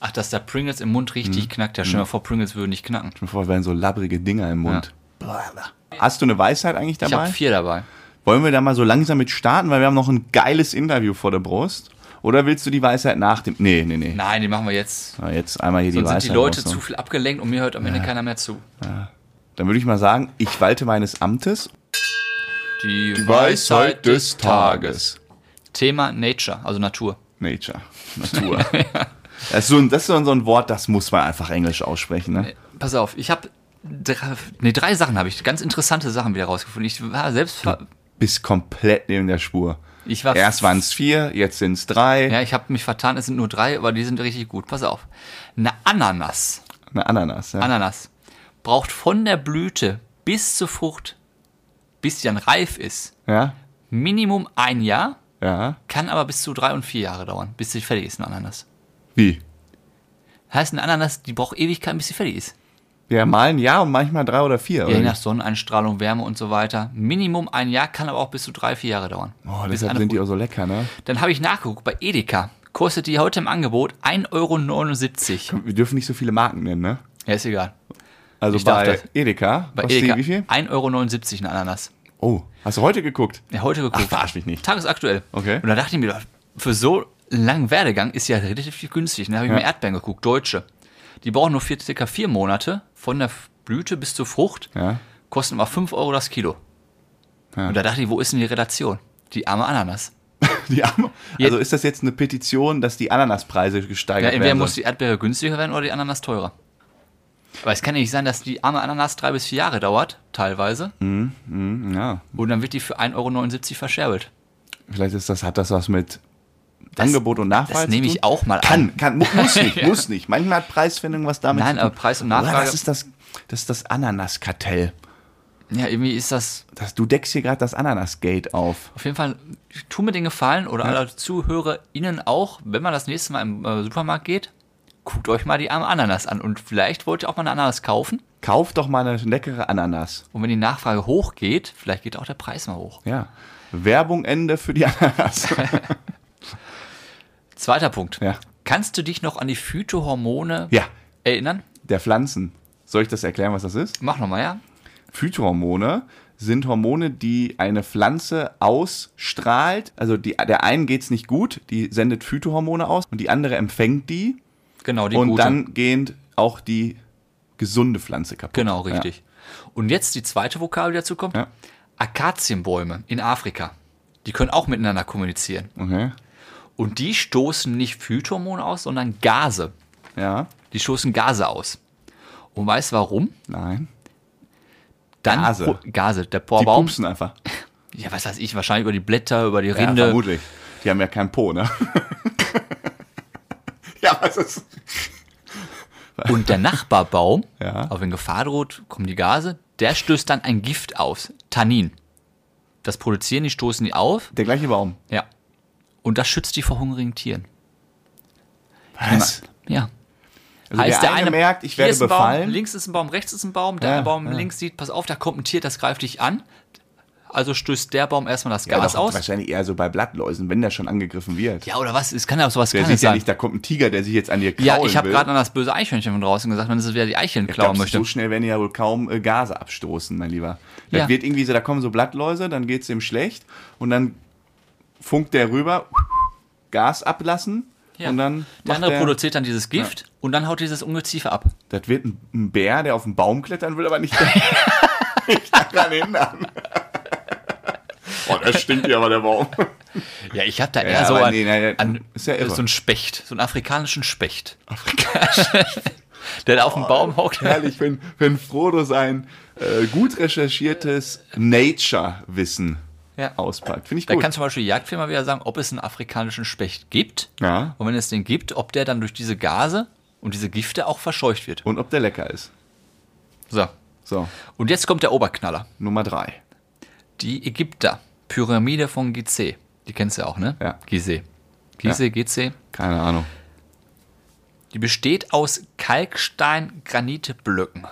B: Ach, dass der Pringles im Mund
A: Mhm.
B: richtig knackt. Ja, stell dir mal vor, Pringles würden nicht knacken.
A: Bevor werden so labbrige Dinger im Mund. Hast du eine Weisheit eigentlich
B: Ich habe
A: dabei?
B: vier dabei.
A: Wollen wir da mal so langsam mit starten, weil wir haben noch ein geiles Interview vor der Brust? Oder willst du die Weisheit nach dem. Nee, nee, nee.
B: Nein, die machen wir jetzt.
A: Na, jetzt einmal hier die
B: Sonst
A: Weisheit.
B: sind die Leute
A: raushauen.
B: zu viel abgelenkt und mir hört am Ende keiner mehr zu.
A: Dann würde ich mal sagen, ich walte meines Amtes.
B: Die, Thema Nature, also Natur.
A: Nature. Natur.
B: *laughs*
A: das, ist so ein, das ist so ein Wort, das muss man einfach Englisch aussprechen. Ne?
B: Pass auf, ich habe drei, nee, drei Sachen habe ich, ganz interessante Sachen wieder rausgefunden. Ich war selbst, ver
A: Bist komplett neben der Spur.
B: ich war
A: Erst waren es vier, jetzt sind es drei.
B: Ja, ich habe mich vertan, es sind nur drei, aber die sind richtig gut. Pass auf. Eine Ananas,
A: Eine Ananas. ne? Ja.
B: Ananas braucht von der Blüte bis zur Frucht, bis sie dann reif ist,
A: ja,
B: Minimum ein Jahr,
A: ja.
B: kann aber bis zu drei und vier Jahre dauern, bis sie fertig ist, eine Ananas.
A: Wie?
B: Heißt, eine Ananas, die braucht Ewigkeiten, bis sie fertig ist.
A: Ja, mal ein Jahr und manchmal drei oder vier.
B: Je
A: oder?
B: nach Sonneneinstrahlung, Wärme und so weiter. Minimum ein Jahr, kann aber auch bis zu drei, vier Jahre dauern.
A: Oh,
B: Bis
A: deshalb
B: eine
A: sind die
B: Frucht-
A: auch so lecker, ne?
B: Dann habe ich nachgeguckt, bei Edeka kostet die heute im Angebot 1,79 Euro.
A: Wir dürfen nicht so viele Marken nennen, ne?
B: Ja, ist egal.
A: Also
B: Ich darf
A: bei
B: das.
A: Edeka.
B: Bei
A: kostet
B: Edeka.
A: Die, wie viel?
B: 1,79 Euro eine Ananas.
A: Oh, hast du heute geguckt?
B: Ja, heute geguckt.
A: Ach, verarsch mich nicht.
B: Tagesaktuell.
A: Okay.
B: Und da dachte ich mir, für so langen Werdegang ist ja relativ günstig. Und Dann habe ich
A: Ja.
B: mir Erdbeeren geguckt, deutsche. Die brauchen nur vier, circa vier Monate von der Blüte bis zur Frucht.
A: Ja.
B: Kosten immer 5 Euro das Kilo.
A: Ja.
B: Und da dachte ich, wo ist denn die Relation? Die arme Ananas.
A: Die Arme. Also ist das jetzt eine Petition, dass die Ananaspreise
B: Ja,
A: gesteigert
B: entweder
A: werden?
B: muss
A: sollen?
B: die Erdbeere günstiger werden oder die Ananas teurer. Aber es kann ja nicht sein, dass die arme Ananas drei bis vier Jahre dauert, teilweise.
A: Hm. ja.
B: Und dann wird die für 1,79 Euro verscherbelt.
A: Vielleicht ist das, hat das was mit
B: Das-
A: Angebot und Nachfrage
B: Das nehme
A: zu tun?
B: ich auch mal
A: Kann,
B: an.
A: kann, mu-
B: *laughs*
A: muss nicht, muss nicht. Manchmal hat Preisfindung was damit
B: Nein,
A: zu tun.
B: aber Preis und
A: Oder
B: Nachfrage-
A: das ist das, das, ist das Ananas-Kartell.
B: Ja, irgendwie ist das
A: Das, du deckst hier gerade das Ananas-Gate auf.
B: auf jeden Fall, tu mir den Gefallen oder alle ZuhörerInnen auch, wenn man das nächste Mal im äh, Supermarkt geht, guckt euch mal die arme Ananas an und vielleicht wollt ihr auch mal eine Ananas kaufen
A: Kauf doch mal eine leckere Ananas.
B: und wenn die Nachfrage hochgeht, vielleicht geht auch der Preis mal hoch.
A: Ja. Werbung Ende für die *laughs* Ananas.
B: Zweiter Punkt.
A: Ja.
B: Kannst du dich noch an die Phytohormone
A: Ja,
B: erinnern?
A: der Pflanzen. Soll ich das erklären, was das ist?
B: Mach nochmal, ja?
A: Phytohormone sind Hormone, die eine Pflanze ausstrahlt. Also die, der einen geht's nicht gut, die sendet Phytohormone aus und die andere empfängt die
B: Genau, die
A: und
B: gute.
A: dann gehen auch die gesunde Pflanze kaputt.
B: Genau, richtig. Und jetzt die zweite Vokabel, die dazu kommt.
A: Ja.
B: Akazienbäume in Afrika. Die können auch miteinander kommunizieren.
A: Ja. Okay.
B: Und die stoßen nicht Phytohormone aus, sondern Gase.
A: Ja.
B: Die stoßen Gase aus. Und weißt du warum?
A: Nein.
B: Dann
A: Gase.
B: pro- Gase. Der
A: Die
B: Porbaum.
A: pupsen einfach.
B: Ja, was weiß ich, wahrscheinlich über die Blätter, über die
A: Ja,
B: Rinde.
A: vermutlich. Die haben ja keinen Po, ne? ja, was ist.
B: und der Nachbarbaum,
A: *laughs* Ja.
B: auf wenn Gefahr droht, kommen die Gase, der stößt dann ein Gift aus. Tannin. Das produzieren die, stoßen die auf.
A: Der gleiche Baum.
B: Ja. Und das schützt die vor hungrigen Tieren.
A: Was?
B: Ja.
A: Also der, eine, merkt, ich
B: hier
A: werde
B: ist ein Baum,
A: befallen.
B: links ist ein Baum, rechts ist ein Baum, der
A: Ja,
B: eine Baum
A: ja.
B: links sieht, pass auf, da kommt ein Tier, das greift dich an. Also stößt der Baum erstmal das
A: ja,
B: Gas
A: doch,
B: aus.
A: Wahrscheinlich eher so bei Blattläusen, wenn der schon angegriffen wird.
B: Ja, oder was? Es kann ja auch sowas
A: Der
B: kann
A: sieht
B: es
A: ja
B: sein.
A: nicht, da kommt ein Tiger, der sich jetzt an dir kraulen
B: Ja, ich habe
A: will.
B: gerade an das böse Eichhörnchen von draußen gesagt, wenn es wieder die Eicheln klauen
A: Glaubst du,
B: möchte.
A: So schnell werden die ja wohl kaum äh, Gase abstoßen, mein Lieber. Das
B: Ja.
A: wird irgendwie so, da kommen so Blattläuse, dann geht's dem schlecht und dann funkt der rüber, Gas ablassen
B: Ja.
A: und dann
B: der
A: macht
B: andere
A: der,
B: produziert dann dieses Gift und dann haut dieses Ungeziefer ab.
A: das wird ein, ein Bär, der auf den Baum klettern will, aber nicht, *laughs* nicht daran hindern. Oh, das stimmt ja aber der Baum.
B: Ja, ich habe da eher
A: Ja,
B: so
A: aber
B: an,
A: nee, nee,
B: an
A: ist ja irre.
B: so einen Specht, so einen afrikanischen Specht. *laughs* der da auf
A: Oh,
B: dem Baum hockt.
A: Herrlich, wenn, wenn Frodo sein äh, gut recherchiertes Nature-Wissen
B: Ja.
A: auspackt. Finde ich
B: Da
A: gut.
B: kann zum Beispiel die Jagdfirma wieder sagen, ob es einen afrikanischen Specht gibt.
A: Ja.
B: Und wenn es den gibt, ob der dann durch diese Gase und diese Gifte auch verscheucht wird.
A: Und ob der lecker ist.
B: So.
A: So,
B: Und jetzt kommt der Oberknaller.
A: Nummer drei.
B: Die Ägypter. Pyramide von Gizeh. Die kennst du ja auch, ne?
A: Ja.
B: Gizeh. Gizeh, Gizeh.
A: Keine Ahnung.
B: Die besteht aus Kalkstein, Granitblöcken.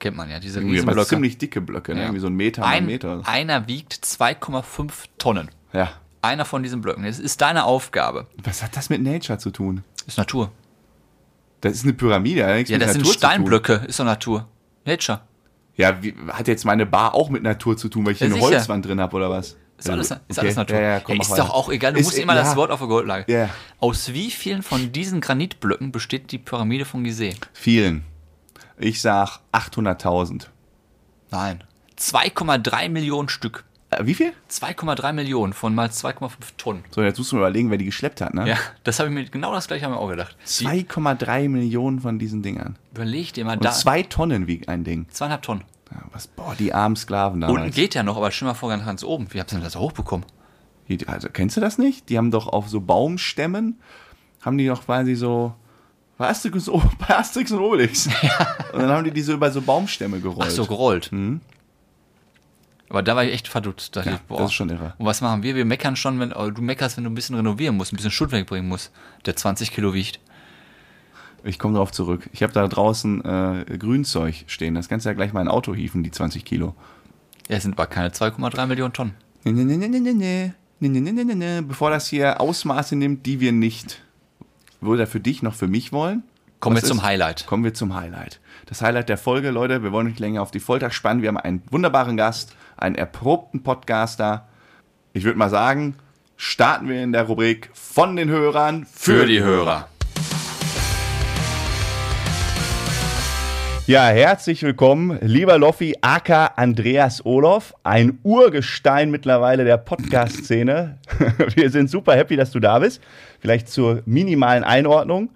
B: Kennt man ja, diese
A: Irgendwie aber
B: Riesenblöcke.
A: ziemlich dicke Blöcke, ne?
B: Ja.
A: irgendwie so ein Meter, mal
B: Ein,
A: ein Meter.
B: Einer wiegt 2,5 Tonnen.
A: Ja.
B: Einer von diesen Blöcken. Das ist deine Aufgabe.
A: Was hat das mit Nature zu tun?
B: Ist Natur.
A: Das ist eine Pyramide. hat nichts
B: Ja,
A: mit
B: das
A: Natur zu
B: sind
A: tun.
B: Steinblöcke. Ist doch Natur. Nature.
A: Ja, wie, hat jetzt meine Bar auch mit Natur zu tun, weil ich hier
B: Ja,
A: eine
B: sicher.
A: Holzwand drin habe oder was?
B: Ist alles, ist
A: Äh, Okay.
B: alles Natur.
A: Ja, ja, komm,
B: Ey,
A: mach
B: ist
A: weiter.
B: doch auch egal. Du
A: Ist- e-
B: musst immer
A: ja.
B: das Wort auf der Goldlage.
A: Ja.
B: Aus wie vielen von diesen Granitblöcken besteht die Pyramide von Gizeh?
A: Vielen. Ich sag 800.000.
B: Nein. 2,3 Millionen Stück.
A: Äh, wie viel?
B: 2,3 Millionen von mal 2,5 Tonnen.
A: So, jetzt musst du mal überlegen, wer die geschleppt hat, ne?
B: Ja, das habe ich mir genau das gleiche habe ich mir auch gedacht. Die,
A: 2,3 Millionen von diesen Dingern.
B: überleg dir mal
A: Und
B: da.
A: zwei Tonnen wiegt ein Ding.
B: zweieinhalb Tonnen.
A: Ja, was, boah, die armen Sklaven
B: Unten
A: damals.
B: geht ja noch, aber stell mal vor, ganz, ganz oben. Wie habt ihr denn das hochbekommen?
A: Die- Also, kennst du das nicht? Die haben doch auf so Baumstämmen, haben die doch quasi so, bei Asterix *laughs* und, O- bei Asterix und
B: *laughs*
A: Obelix. Und dann haben die die so über so Baumstämme gerollt. Hm.
B: Ach so, gerollt. Aber da war ich echt verdutzt. Dachte
A: Ja,
B: ich, boah.
A: das ist schon irre.
B: Und was machen wir? Wir meckern schon, wenn oh, du meckerst, wenn du ein bisschen renovieren musst, ein bisschen Schutt wegbringen musst, der 20 Kilo wiegt.
A: Ich komme darauf zurück. Ich habe da draußen äh, Grünzeug stehen. Das kannst du ja gleich mal in ein Auto hieven, die 20 Kilo.
B: Ja, es sind aber keine 2,3 Millionen Tonnen.
A: Nee, nee, nee, nee, nee, nee. Nee, nee, nee, nee, nee, nee. Bevor das hier Ausmaße nimmt, die wir nicht weder für dich noch für mich wollen.
B: Kommen
A: Was
B: wir zum
A: ist?
B: Highlight.
A: Kommen wir zum Highlight. Das Highlight der Folge, Leute, wir wollen nicht länger auf die Folter spannen. Wir haben einen wunderbaren Gast, einen erprobten Podcaster. Ich würde mal sagen, starten wir in der Rubrik von den Hörern Ja, herzlich willkommen, lieber Loffi, aka Andreas Olof, ein Urgestein mittlerweile der Podcast-Szene. *laughs* Wir sind super happy, dass du da bist. Vielleicht zur minimalen Einordnung.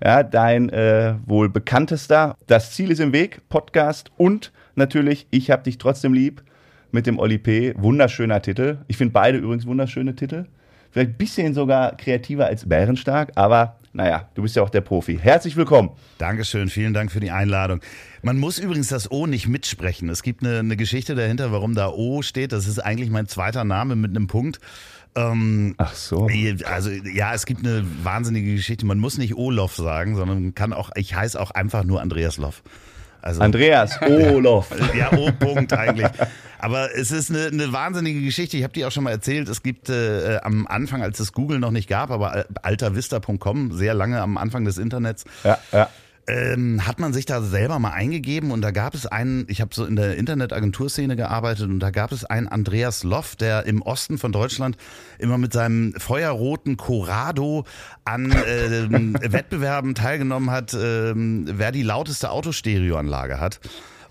A: Ja, dein äh, wohl bekanntester Das Ziel ist im Weg Podcast und natürlich Ich hab dich trotzdem lieb mit dem Oli P. Wunderschöner Titel. Ich finde beide übrigens wunderschöne Titel. Vielleicht ein bisschen sogar kreativer als Bärenstark, aber naja, du bist ja auch der Profi. Herzlich willkommen.
C: Dankeschön, vielen Dank für die Einladung. Man muss übrigens das O nicht mitsprechen. Es gibt eine, eine Geschichte dahinter, warum da O steht. Das ist eigentlich mein zweiter Name mit einem Punkt. Ähm,
A: Ach so.
C: Also ja, es gibt eine wahnsinnige Geschichte. Man muss nicht Olof sagen, sondern kann auch, ich heiße auch einfach nur Andreas Loff. Also,
A: Andreas Olof.
C: Ja, O-Punkt eigentlich. Aber es ist eine, eine wahnsinnige Geschichte. Ich habe die auch schon mal erzählt. Es gibt äh, am Anfang, als es Google noch nicht gab, aber altervista.com, sehr lange am Anfang des Internets,
A: ja, ja.
C: ähm, hat man sich da selber mal eingegeben und da gab es einen, ich habe so in der Internetagenturszene gearbeitet und da gab es einen Andreas Loff, der im Osten von Deutschland immer mit seinem feuerroten Corrado an ähm, Wettbewerben teilgenommen hat, ähm, wer die lauteste Autostereoanlage hat.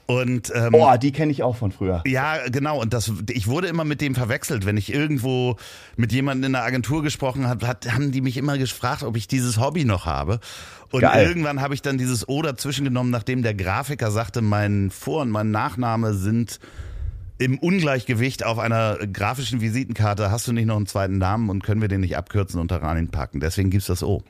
C: Und ähm,
A: Oh, die kenne ich auch von früher.
C: ja, genau. Und das, ich wurde immer mit dem verwechselt. Wenn ich irgendwo mit jemandem in der Agentur gesprochen habe, hat, haben die mich immer gefragt, ob ich dieses Hobby noch habe. Und
A: Geil.
C: irgendwann habe ich dann dieses O dazwischen genommen, nachdem der Grafiker sagte, mein Vor- und mein Nachname sind im Ungleichgewicht auf einer grafischen Visitenkarte. Hast du nicht noch einen zweiten Namen und können wir den nicht abkürzen und da reinpacken? Deswegen gibt's das O.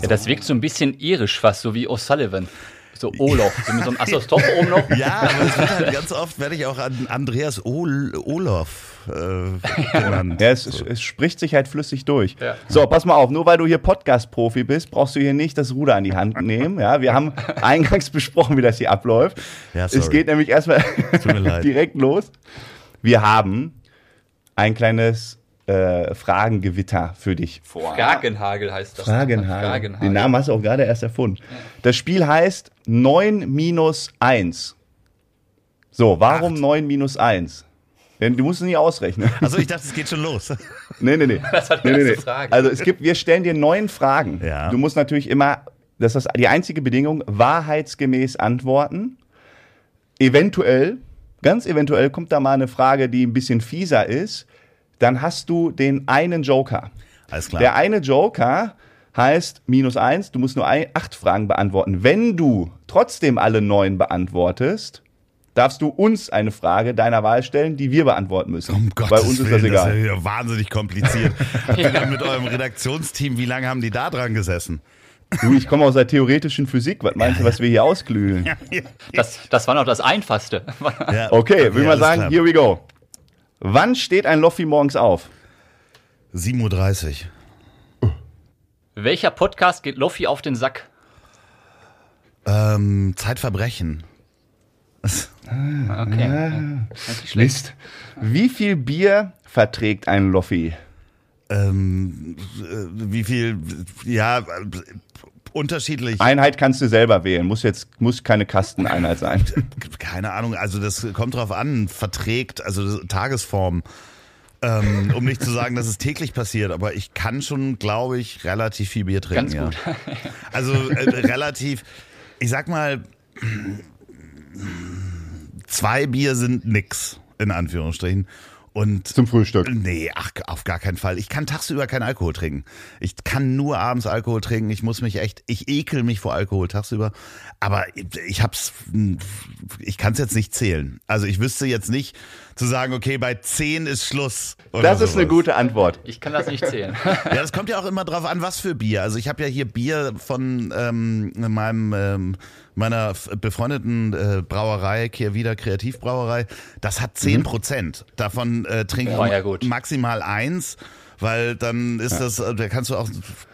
D: Ja, das wirkt so ein bisschen irisch fast, so wie O'Sullivan. So Olof. So mit so einem Assos-Top oben *laughs* noch.
C: Ja, aber es wird halt ganz oft werde ich auch an Andreas Ol Olof äh, genannt.
A: Ja, es, es- es spricht sich halt flüssig durch.
D: Ja.
A: So, pass mal auf, nur weil du hier Podcast-Profi bist, brauchst du hier nicht das Ruder an die Hand nehmen. Ja, wir haben eingangs besprochen, wie das hier abläuft.
C: Ja,
A: es
C: sorry.
A: geht nämlich erstmal *laughs*
C: Tut mir leid.
A: direkt los. Wir haben ein kleines äh, Fragengewitter für dich.
B: Fragenhagel heißt das.
A: Fragenhagel. Den Namen hast du auch gerade erst erfunden. Das Spiel heißt 9 minus 1. So, warum 9 minus 1? Denn du musst es nie
B: *laughs*
A: ausrechnen.
C: Also ich dachte, es geht schon los.
A: Nee, nee, nee.
B: Das war die
A: nee, nee,
B: erste
A: nee.
B: Frage.
A: Also es gibt, wir stellen dir neun Fragen.
C: Ja.
A: Du musst natürlich immer, das ist die einzige Bedingung, wahrheitsgemäß antworten. Eventuell, ganz eventuell kommt da mal eine Frage, die ein bisschen fieser ist. Dann hast du den einen Joker.
C: Alles klar.
A: Der eine Joker heißt minus eins, du musst nur ein, acht Fragen beantworten. Wenn du trotzdem alle neun beantwortest, darfst du uns eine Frage deiner Wahl stellen, die wir beantworten müssen.
C: Um
A: Bei
C: Gottes
A: uns ist das
C: Willen,
A: egal.
C: ist ja
A: *laughs*
C: wahnsinnig kompliziert. Habt ihr dann mit eurem Redaktionsteam, wie lange haben die da dran gesessen?
A: Du, ich komme aus der theoretischen Physik. Was meinst du, was wir hier ausklügeln?
B: Das, das war noch das Einfachste.
D: *laughs*
C: Ja,
A: Okay, will
C: ja,
A: mal
C: alles
A: sagen,
C: klar.
A: here we go. Wann steht ein Loffi morgens auf?
C: 7.30 Uhr.
B: Welcher Podcast geht Loffi auf den Sack?
C: Ähm, Zeitverbrechen.
B: Okay.
A: Mist. Wie viel Bier verträgt ein Loffi?
C: Ähm, äh, wie viel, ja, äh, unterschiedlich.
A: Einheit kannst du selber wählen. Muss jetzt muss keine Kasteneinheit sein.
C: Keine Ahnung, also das kommt drauf an, verträgt, also das, Tagesform. Ähm, um nicht zu sagen, dass es täglich passiert, aber ich kann schon, glaube ich, relativ viel Bier trinken.
B: Ganz
C: ja.
B: gut.
C: Also äh, relativ, ich sag mal, zwei Bier sind nix, in Anführungsstrichen. Und
A: Zum Frühstück.
C: Nee, ach, auf gar keinen Fall. Ich kann tagsüber keinen Alkohol trinken. Ich kann nur abends Alkohol trinken. Ich muss mich echt, ich ekel mich vor Alkohol tagsüber. Aber ich hab's, ich kann's jetzt nicht zählen. Also ich wüsste jetzt nicht zu sagen, okay, bei 10 ist Schluss. oder
A: Das ist eine
C: sowas.
A: gute Antwort.
B: Ich kann das nicht
D: *laughs*
B: zählen.
C: Ja, das kommt ja auch immer drauf an, was für Bier. Also ich habe ja hier Bier von ähm, meinem ähm, meiner f- befreundeten äh, Brauerei, Kehrwieder Kreativbrauerei. Das hat 10 Prozent. Davon äh, trinke
B: Oh,
C: ich
B: Mhm. ja, gut.
C: maximal eins, weil dann ist das, äh, da kannst du auch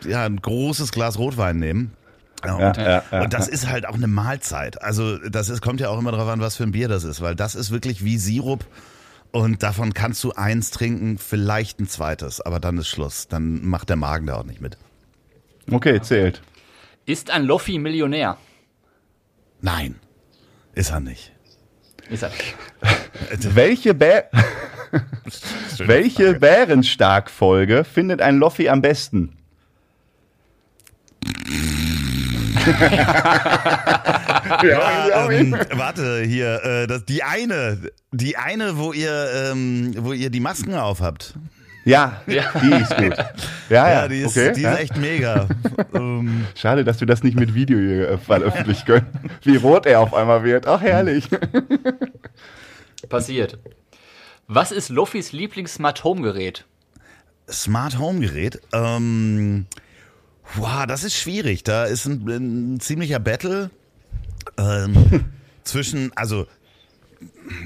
C: ja, ein großes Glas Rotwein nehmen. Ja, und,
A: ja, ja,
C: und das ist halt auch eine Mahlzeit. Also das ist, kommt ja auch immer drauf an, was für ein Bier das ist, weil das ist wirklich wie Sirup. Und davon kannst du eins trinken, vielleicht ein zweites, aber dann ist Schluss. Dann macht der Magen da auch nicht mit.
A: Okay, zählt.
B: Ist ein Loffi Millionär?
C: Nein, ist er nicht.
B: Ist er.
A: Welche, Bä Welche Bärenstark-Folge findet ein Loffi am besten?
C: *laughs* Ja, ähm, warte hier, äh, das, die eine, die eine, wo ihr, ähm, wo ihr die Masken aufhabt.
A: Ja, die ist gut. Ah Ja, ja,
C: Ja, die ist,
A: okay.
C: die
A: ja.
C: ist
A: *laughs*
C: echt mega. ähm,
A: Schade, dass wir das nicht mit Video hier äh, veröffentlichen können. Wie rot er auf einmal wird. Ach, herrlich.
C: Hm.
B: Passiert. Was ist Loffis Lieblings-Smart-Home-Gerät?
C: Smart Home Gerät. Ähm, wow, das ist schwierig. Da ist ein, ein ziemlicher Battle ähm, zwischen, also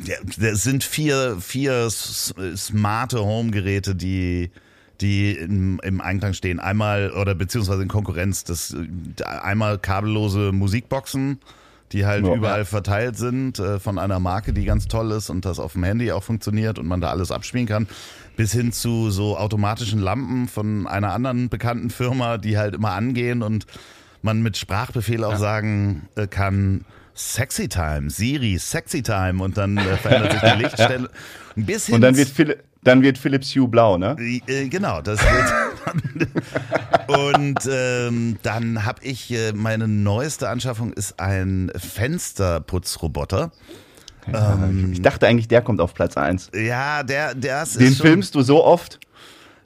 C: ja, es sind vier, vier s- smarte Home Geräte, die die im, im Einklang stehen. Einmal oder beziehungsweise in Konkurrenz. Das äh, einmal kabellose Musikboxen, die halt
E: Ja.
C: überall verteilt sind, äh, von einer Marke, die ganz toll ist und das auf dem Handy auch funktioniert und man da alles abspielen kann, bis hin zu so automatischen Lampen von einer anderen bekannten Firma, die halt immer angehen und man mit Sprachbefehl auch sagen äh, kann, Sexy Time, Siri, Sexy Time und dann äh, verändert sich
A: *laughs*
C: die Lichtstelle. Ein bisschen
A: Und dann wird, Phil, dann wird Philips Hue blau, ne?
C: äh, genau, das wird. *laughs* Und ähm, dann habe ich äh, meine neueste Anschaffung ist ein Fensterputzroboter.
A: Ich dachte eigentlich, der kommt auf Platz 1.
C: Ja, der, der Mhm. ist
A: Den
C: schon,
A: filmst du so oft.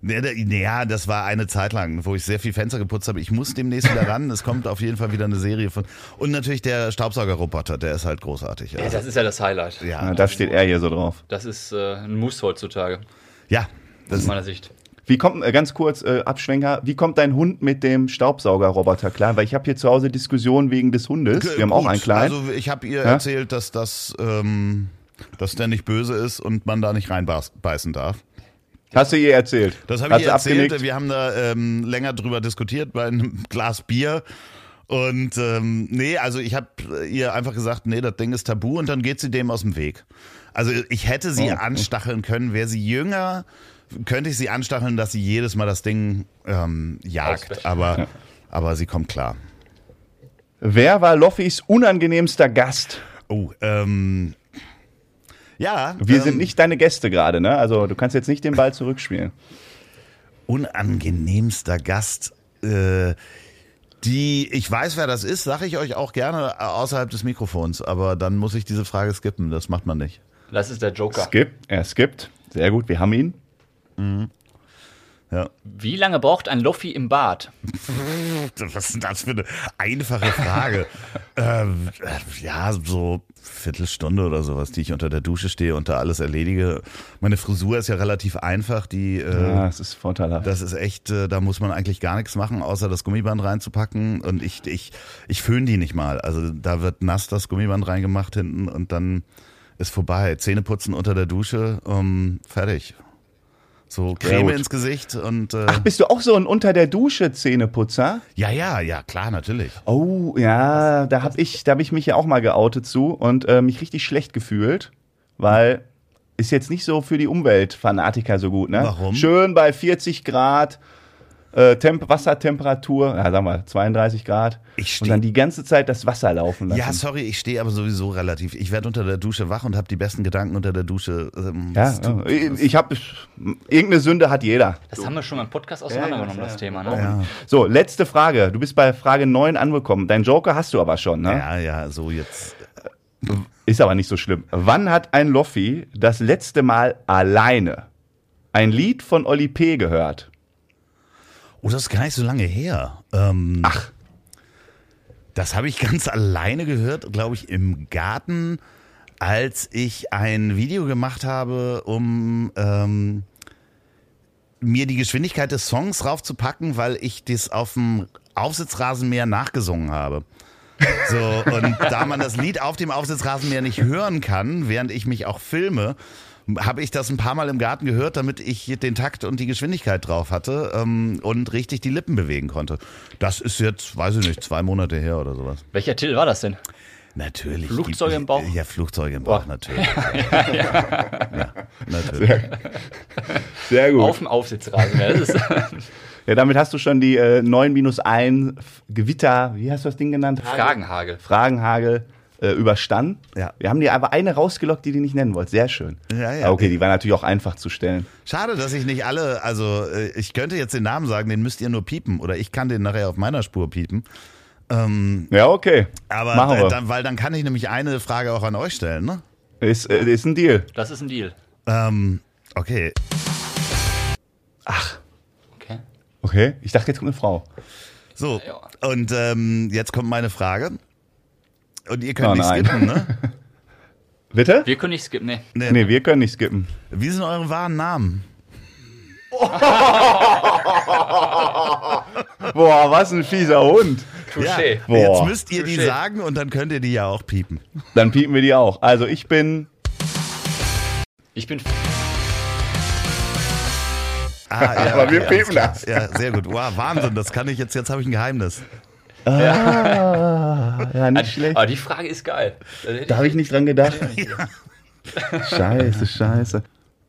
C: Nee, der- nee, Ja, das war eine Zeit lang, wo ich sehr viel Fenster geputzt habe. Ich muss demnächst wieder ran. Es kommt auf jeden Fall wieder eine Serie von. Und natürlich der Staubsaugerroboter, der ist halt großartig.
D: Ja,
C: Also,
D: das ist ja das Highlight.
A: Na,
C: ja,
A: da steht er hier so drauf.
D: Das ist äh, ein Muss heutzutage,
C: ja,
D: aus meiner Sicht.
A: Wie kommt, äh, ganz kurz, äh, Abschwenker, wie kommt dein Hund mit dem Staubsaugerroboter klar? Weil ich habe hier zu Hause Diskussionen wegen des Hundes. Wir haben auch
C: Gut,
A: einen kleinen.
C: Also ich habe ihr erzählt, dass das, ähm, dass der nicht böse ist und man da nicht reinbeißen darf.
A: Hast du ihr erzählt?
C: Das habe
A: Hat
C: ich
A: sie
C: ihr erzählt. äh,
A: abgenickt?
C: Wir haben da ähm, länger drüber diskutiert bei einem *laughs* Glas Bier. Und ähm, nee, also ich habe ihr einfach gesagt, nee, das Ding ist tabu und dann geht sie dem aus dem Weg. Also ich hätte
A: Oh,
C: sie anstacheln können, wäre sie jünger, könnte ich sie anstacheln, dass sie jedes Mal das Ding ähm, jagt.
D: Auswäscht.
C: Aber, aber sie kommt klar.
A: Wer war Loffis unangenehmster Gast?
C: Oh, ähm, ja.
A: Wir
C: ähm,
A: sind nicht deine Gäste gerade, ne? Also du kannst jetzt nicht den Ball zurückspielen.
C: unangenehmster Gast. Äh, die, ich weiß, wer das ist, sage ich euch auch gerne äh, außerhalb des Mikrofons, aber dann muss ich diese Frage skippen. Das macht man nicht.
D: Das ist der Joker.
A: Skip, er skippt. Sehr gut, wir haben ihn.
C: Ja.
D: Wie lange braucht ein Loffi im Bad?
C: *laughs* Was ist denn das für eine einfache Frage? ähm, *laughs* äh, ja, so Viertelstunde oder sowas, die ich unter der Dusche stehe und da alles erledige. Meine Frisur ist ja relativ einfach, die äh,
A: Ah, das ist vorteilhaft.
C: Das ist echt, äh, da muss man eigentlich gar nichts machen, außer das Gummiband reinzupacken. Und ich, ich, ich föhne die nicht mal. Also da wird nass das Gummiband reingemacht hinten und dann ist vorbei. Zähne putzen unter der Dusche, ähm, fertig. So Creme
A: gut.
C: ins Gesicht und äh,
A: Ach, bist du auch so ein unter der Dusche Zähneputzer?
C: ja, ja, ja, klar, natürlich.
A: Oh, ja, da habe ich, da hab ich mich ja auch mal geoutet zu und äh, mich richtig schlecht gefühlt, weil ist jetzt nicht so für die Umweltfanatiker so gut, ne?
C: Warum?
A: Schön bei 40 Grad äh, Temp Wassertemperatur, ja, sag mal 32 Grad
C: Ich
A: und
C: steh-
A: dann die ganze Zeit das Wasser laufen lassen.
C: Ja, sorry, ich stehe aber sowieso relativ. Ich werde unter der Dusche wach und habe die besten Gedanken unter der Dusche. Ähm,
A: Ja,
C: es tut-
A: ja. Ich- ich habe irgendeine Sünde hat jeder.
D: Das haben wir schon mal im Podcast auseinandergenommen,
A: ja,
D: das
A: ja.
D: Thema. Ne?
A: So, letzte Frage. Du bist bei Frage 9 angekommen. Dein Joker hast du aber schon, ne?
C: ja, ja, so jetzt.
A: Ist aber nicht so schlimm. Wann hat ein Loffi das letzte Mal alleine ein Lied von Oli P. gehört?
C: Oh, das ist gar nicht so lange her. Ähm, Ach. Das habe ich *laughs* ganz alleine gehört, glaube ich, im Garten, als ich ein Video gemacht habe, um ähm, mir die Geschwindigkeit des Songs raufzupacken, weil ich das auf dem Aufsitzrasenmäher nachgesungen habe. So, und da man das Lied auf dem Aufsitzrasenmäher nicht hören kann, während ich mich auch filme, habe ich das ein paar Mal im Garten gehört, damit ich den Takt und die Geschwindigkeit drauf hatte ähm, und richtig die Lippen bewegen konnte. Das ist jetzt, weiß ich nicht, zwei Monate her oder sowas.
D: Welcher Titel war das denn?
C: Natürlich.
D: Flugzeuge
C: gibt-
D: im Bauch?
C: Ja, Flugzeuge im Bauch,
D: Boah.
C: natürlich. ja, natürlich.
A: Sehr
D: Auf dem Aufsitzrasen. Ja, das ist
A: Ja, damit hast du schon die äh, 9 minus 1 F- Gewitter, wie hast du das Ding genannt?
D: Fragenhagel.
A: Fragenhagel äh, überstanden.
C: Ja.
A: Wir haben dir aber eine rausgelockt, die du nicht nennen wolltest. Sehr schön.
C: Ja, ja.
A: Ah, Okay, die war natürlich auch einfach zu stellen.
C: Schade, dass ich nicht alle, also äh, ich könnte jetzt den Namen sagen, den müsst ihr nur piepen oder ich kann den nachher auf meiner Spur piepen.
A: Ja, okay.
C: Aber
A: Machen wir.
C: äh, dann, weil dann kann ich nämlich eine Frage auch an euch stellen, ne?
A: ist, äh, ist ein Deal.
D: Das ist ein Deal.
C: Ähm, okay.
D: Okay.
A: Okay. Ich dachte, jetzt kommt eine Frau.
C: So,
D: Ja.
C: und ähm, jetzt kommt meine Frage. Und ihr könnt
A: Oh
C: nicht
A: nein.
F: *laughs*
C: skippen, ne?
A: Bitte?
D: Wir können nicht skippen, nee.
A: Nee, wir können nicht skippen.
C: Wie sind eure wahren Namen?
A: Boah, was ein fieser Hund.
D: Touché.
C: Ja, jetzt
A: Boah.
C: müsst ihr die
D: Touché.
C: sagen und dann könnt ihr die ja auch piepen.
A: Dann piepen wir die auch. Also ich bin
D: Ich bin.
C: Ah, ja,
A: Aber wir
C: alles
A: piepen
C: klar.
A: das.
F: *laughs*
C: Ah, Ja, sehr gut. Wow, Wahnsinn, das kann ich jetzt, jetzt habe ich ein Geheimnis.
F: Ja, nicht schlecht.
D: Aber die Frage ist geil. Da hätte
F: Also, Da habe ich nicht dran
C: *laughs*
F: gedacht. Scheiße, scheiße.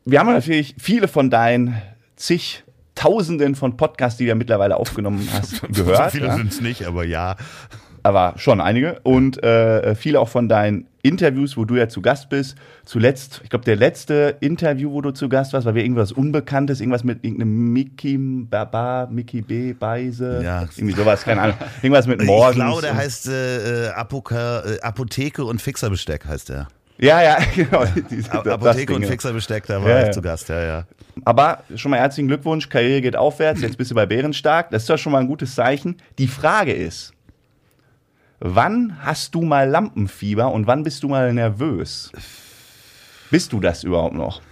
F: Wir haben natürlich viele von deinen zig Tausenden von Podcasts, die du ja mittlerweile
C: *laughs*
F: aufgenommen hast,
C: so
F: gehört.
C: viele
F: ja?
C: sind es nicht, aber ja.
F: aber schon einige. Und äh, viele auch von deinen Interviews, wo du ja zu Gast bist. Zuletzt, ich glaube, der letzte Interview, wo du zu Gast warst, war wir irgendwas Unbekanntes, irgendwas mit irgendeinem Mickey Baba, Mickey B, Beise.
C: Ja.
F: Irgendwie sowas, keine Ahnung. Irgendwas mit
C: Ich
F: Morgens.
C: glaube, der
F: und-
C: heißt äh, äh, Apoka, äh, Apotheke und Fixerbesteck heißt der.
F: Ja, ja, *laughs* genau. Die- das Ding,
C: Apotheke und
F: ja.
C: Fixerbesteck, da war
F: Ja,
C: ich
F: ja.
C: zu Gast, ja, ja.
F: Aber schon mal herzlichen Glückwunsch, Karriere geht aufwärts, jetzt bist du bei Bärenstark. Das ist ja schon mal ein gutes Zeichen. Die Frage ist, wann hast du mal Lampenfieber und wann bist du mal nervös? Bist du das überhaupt noch?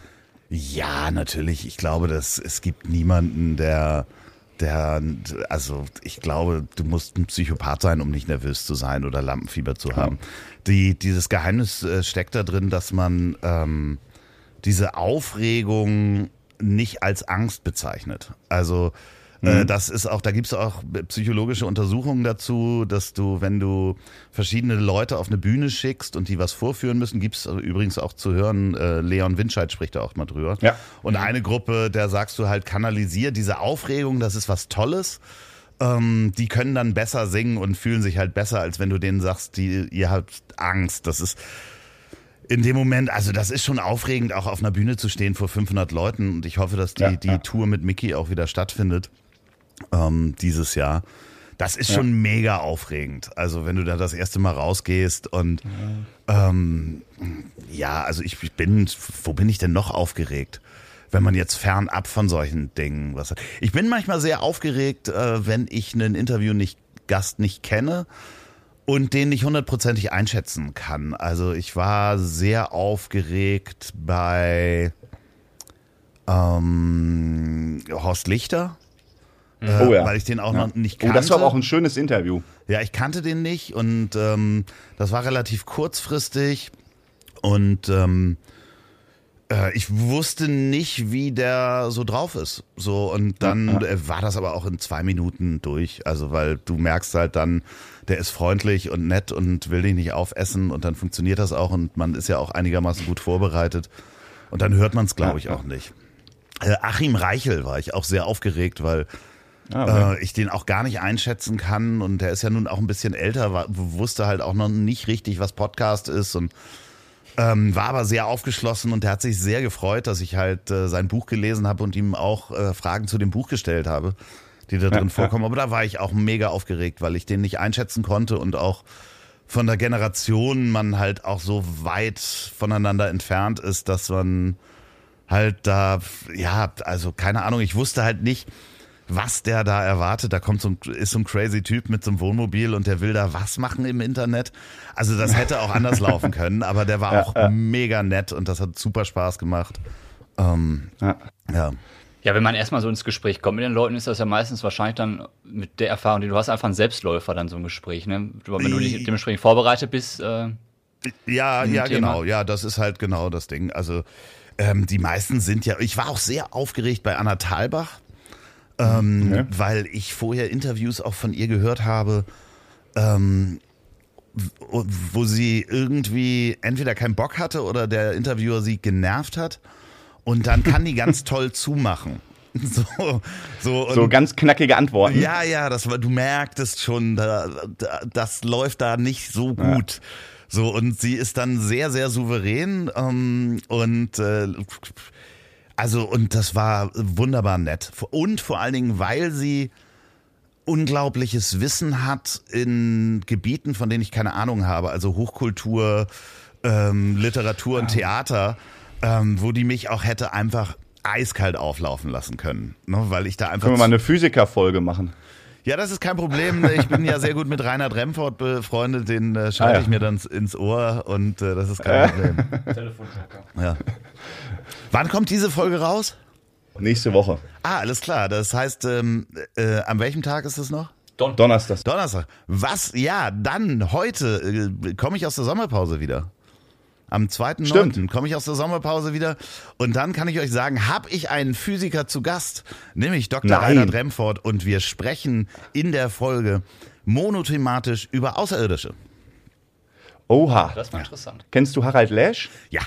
C: Ja, natürlich. Ich glaube, dass es gibt niemanden, der, der, also ich glaube, du musst ein Psychopath sein, um nicht nervös zu sein oder Lampenfieber zu haben. Die, dieses Geheimnis äh, steckt da drin, dass man ähm, diese Aufregung nicht als Angst bezeichnet. Also äh, das ist auch, da gibt es auch psychologische Untersuchungen dazu, dass du, wenn du verschiedene Leute auf eine Bühne schickst und die was vorführen müssen, gibt es übrigens auch zu hören, äh, Leon Winscheid spricht da auch mal drüber.
F: Ja.
C: Und eine Gruppe, der sagst du halt, kanalisier diese Aufregung, das ist was Tolles. Ähm, die können dann besser singen und fühlen sich halt besser, als wenn du denen sagst, die, ihr habt Angst. Das ist, in dem Moment, also das ist schon aufregend, auch auf einer Bühne zu stehen vor 500 Leuten. Und ich hoffe, dass die,
F: Ja,
C: die
F: ja.
C: Tour mit Mickey auch wieder stattfindet ähm, dieses Jahr. Das ist schon mega aufregend. Also wenn du da das erste Mal rausgehst und ähm, ja, also ich ich bin, wo bin ich denn noch aufgeregt? Wenn man jetzt fernab von solchen Dingen was hat. Ich bin manchmal sehr aufgeregt, äh, wenn ich einen Interview nicht, Gast nicht kenne und den nicht hundertprozentig einschätzen kann. Also ich war sehr aufgeregt bei ähm, Horst Lichter, äh,
F: Oh ja.
C: weil ich den auch noch nicht
F: Oh,
C: kannte.
F: das war aber auch ein schönes Interview.
C: Ja, ich kannte den nicht und ähm, das war relativ kurzfristig und ähm, äh, ich wusste nicht, wie der so drauf ist. So und dann äh, war das aber auch in zwei Minuten durch. Also weil du merkst halt dann, der ist freundlich und nett und will dich nicht aufessen und dann funktioniert das auch und man ist ja auch einigermaßen gut vorbereitet und dann hört man es, glaube ich, auch nicht. Äh, Achim Reichel war ich auch sehr aufgeregt, weil äh, ich den auch gar nicht einschätzen kann und der ist ja nun auch ein bisschen älter, war, wusste halt auch noch nicht richtig, was Podcast ist und ähm, war aber sehr aufgeschlossen und der hat sich sehr gefreut, dass ich halt äh, sein Buch gelesen habe und ihm auch äh, Fragen zu dem Buch gestellt habe, die da drin vorkommen. Aber da war ich auch mega aufgeregt, weil ich den nicht einschätzen konnte und auch von der Generation man halt auch so weit voneinander entfernt ist, dass man halt da, ja, also keine Ahnung, ich wusste halt nicht, was der da erwartet. Da kommt so ein, ist so ein crazy Typ mit so einem Wohnmobil und der will da was machen im Internet. Also das hätte auch anders laufen können, aber der war auch mega nett und das hat super Spaß gemacht. Ähm,
F: Ja.
C: ja.
D: Ja, wenn man erstmal so ins Gespräch kommt mit den Leuten, ist das ja meistens wahrscheinlich dann mit der Erfahrung, die du hast, einfach ein Selbstläufer dann so ein Gespräch. Ne? Du- Wenn du nicht dementsprechend vorbereitet bist, äh,
C: Ja, ja,
D: Thema.
C: genau. Ja, das ist halt genau das Ding. Also ähm, die meisten sind ja, ich war auch sehr aufgeregt bei Anna Thalbach, ähm, weil ich vorher Interviews auch von ihr gehört habe, ähm, w- wo sie irgendwie entweder keinen Bock hatte oder der Interviewer sie genervt hat. Und dann kann die ganz toll zumachen. *laughs* So, so, und
F: So ganz knackige Antworten.
C: ja, ja, das war, du merktest schon, da, da, das läuft da nicht so gut. So, und sie ist dann sehr, sehr souverän ähm, und äh, also, und das war wunderbar nett. Und vor allen Dingen, weil sie unglaubliches Wissen hat in Gebieten, von denen ich keine Ahnung habe, also Hochkultur, ähm, Literatur und Theater, ähm, wo die mich auch hätte einfach eiskalt auflaufen lassen können, ne, weil ich da einfach
F: Können wir mal eine Physikerfolge machen?
C: ja, das ist kein
F: *laughs*
C: Problem. Ich bin ja sehr gut mit Reinhard Remford befreundet, den äh, schalte
F: Ah, ja.
C: ich mir dann ins Ohr und äh, das ist
F: *laughs*
C: kein Problem. Ja. Wann kommt diese Folge raus?
F: Nächste Woche.
C: Ah, alles klar. Das heißt, ähm, äh, an welchem Tag ist es noch?
F: Donnerstag.
C: Donnerstag. Was? Ja, dann heute äh, komme ich aus der Sommerpause wieder. Am 2.9.
F: Stimmt.
C: komme ich aus der Sommerpause wieder und dann kann ich euch sagen, habe ich einen Physiker zu Gast, nämlich Dr.
F: Nein.
C: Reinhard Remford und wir sprechen in der Folge monothematisch über Außerirdische.
A: Oha.
G: Das war interessant.
A: Kennst du Harald Lesch?
C: Ja.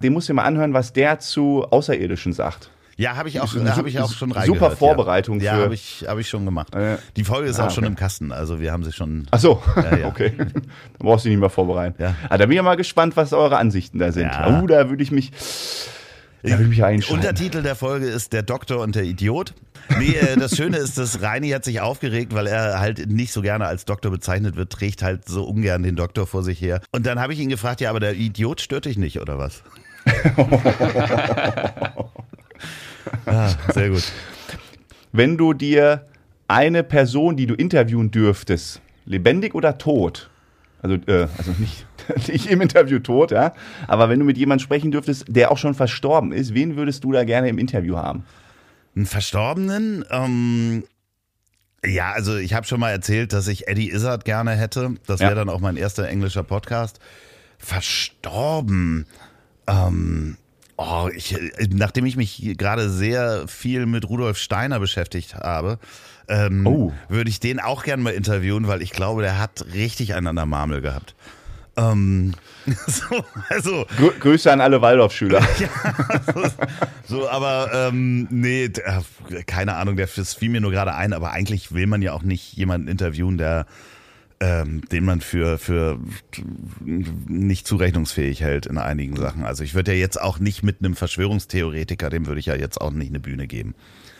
A: Den musst du dir mal anhören, was der zu Außerirdischen sagt.
C: Ja, habe ich auch,
A: Ist-
C: habe ich auch schon
A: super
C: reingehört.
A: Vorbereitung
C: ja. Ja,
A: für- Äh, ah,
C: habe ich, habe ich schon gemacht. Die Folge ist auch schon im Kasten, also wir haben sie schon.
A: Ach so,
C: Ja, ja.
A: *laughs* okay. Dann brauchst du dich nicht mehr vorbereiten.
C: Ja.
A: Ah, da bin ich ja mal gespannt, was eure Ansichten da sind.
C: Ja.
A: Uh, da würde ich mich, da würde ich mich einschalten.
C: Untertitel der Folge ist Der Doktor und der Idiot. Nee, äh, das Schöne ist, dass Reini hat sich aufgeregt, weil er halt nicht so gerne als Doktor bezeichnet wird, trägt halt so ungern den Doktor vor sich her. Und dann habe ich ihn gefragt, ja, aber der Idiot stört dich nicht, oder was? ah, sehr gut.
A: Wenn du dir eine Person, die du interviewen dürftest, lebendig oder tot, also, äh, also nicht, *laughs* nicht im Interview tot, ja, aber wenn du mit jemandem sprechen dürftest, der auch schon verstorben ist, wen würdest du da gerne im Interview haben?
C: Einen Verstorbenen? Ähm, ja, also ich habe schon mal erzählt, dass ich Eddie Izzard gerne hätte. Das wäre
A: Ja.
C: dann auch mein erster englischer Podcast. Verstorben. Ähm, oh, ich, nachdem ich mich gerade sehr viel mit Rudolf Steiner beschäftigt habe, ähm,
A: Oh.
C: würde ich den auch gerne mal interviewen, weil ich glaube, der hat richtig einen an der Marmel gehabt. Ähm, *laughs* so, also,
A: Grü Grüße an alle Waldorfschüler.
C: *laughs* so, aber ähm, nee, d- äh, keine Ahnung, der das fiel mir nur gerade ein, aber eigentlich will man ja auch nicht jemanden interviewen, der ähm, den man für, für nicht zurechnungsfähig hält in einigen Sachen. Also ich würde ja jetzt auch nicht mit einem Verschwörungstheoretiker, dem würde ich ja jetzt auch nicht eine Bühne geben.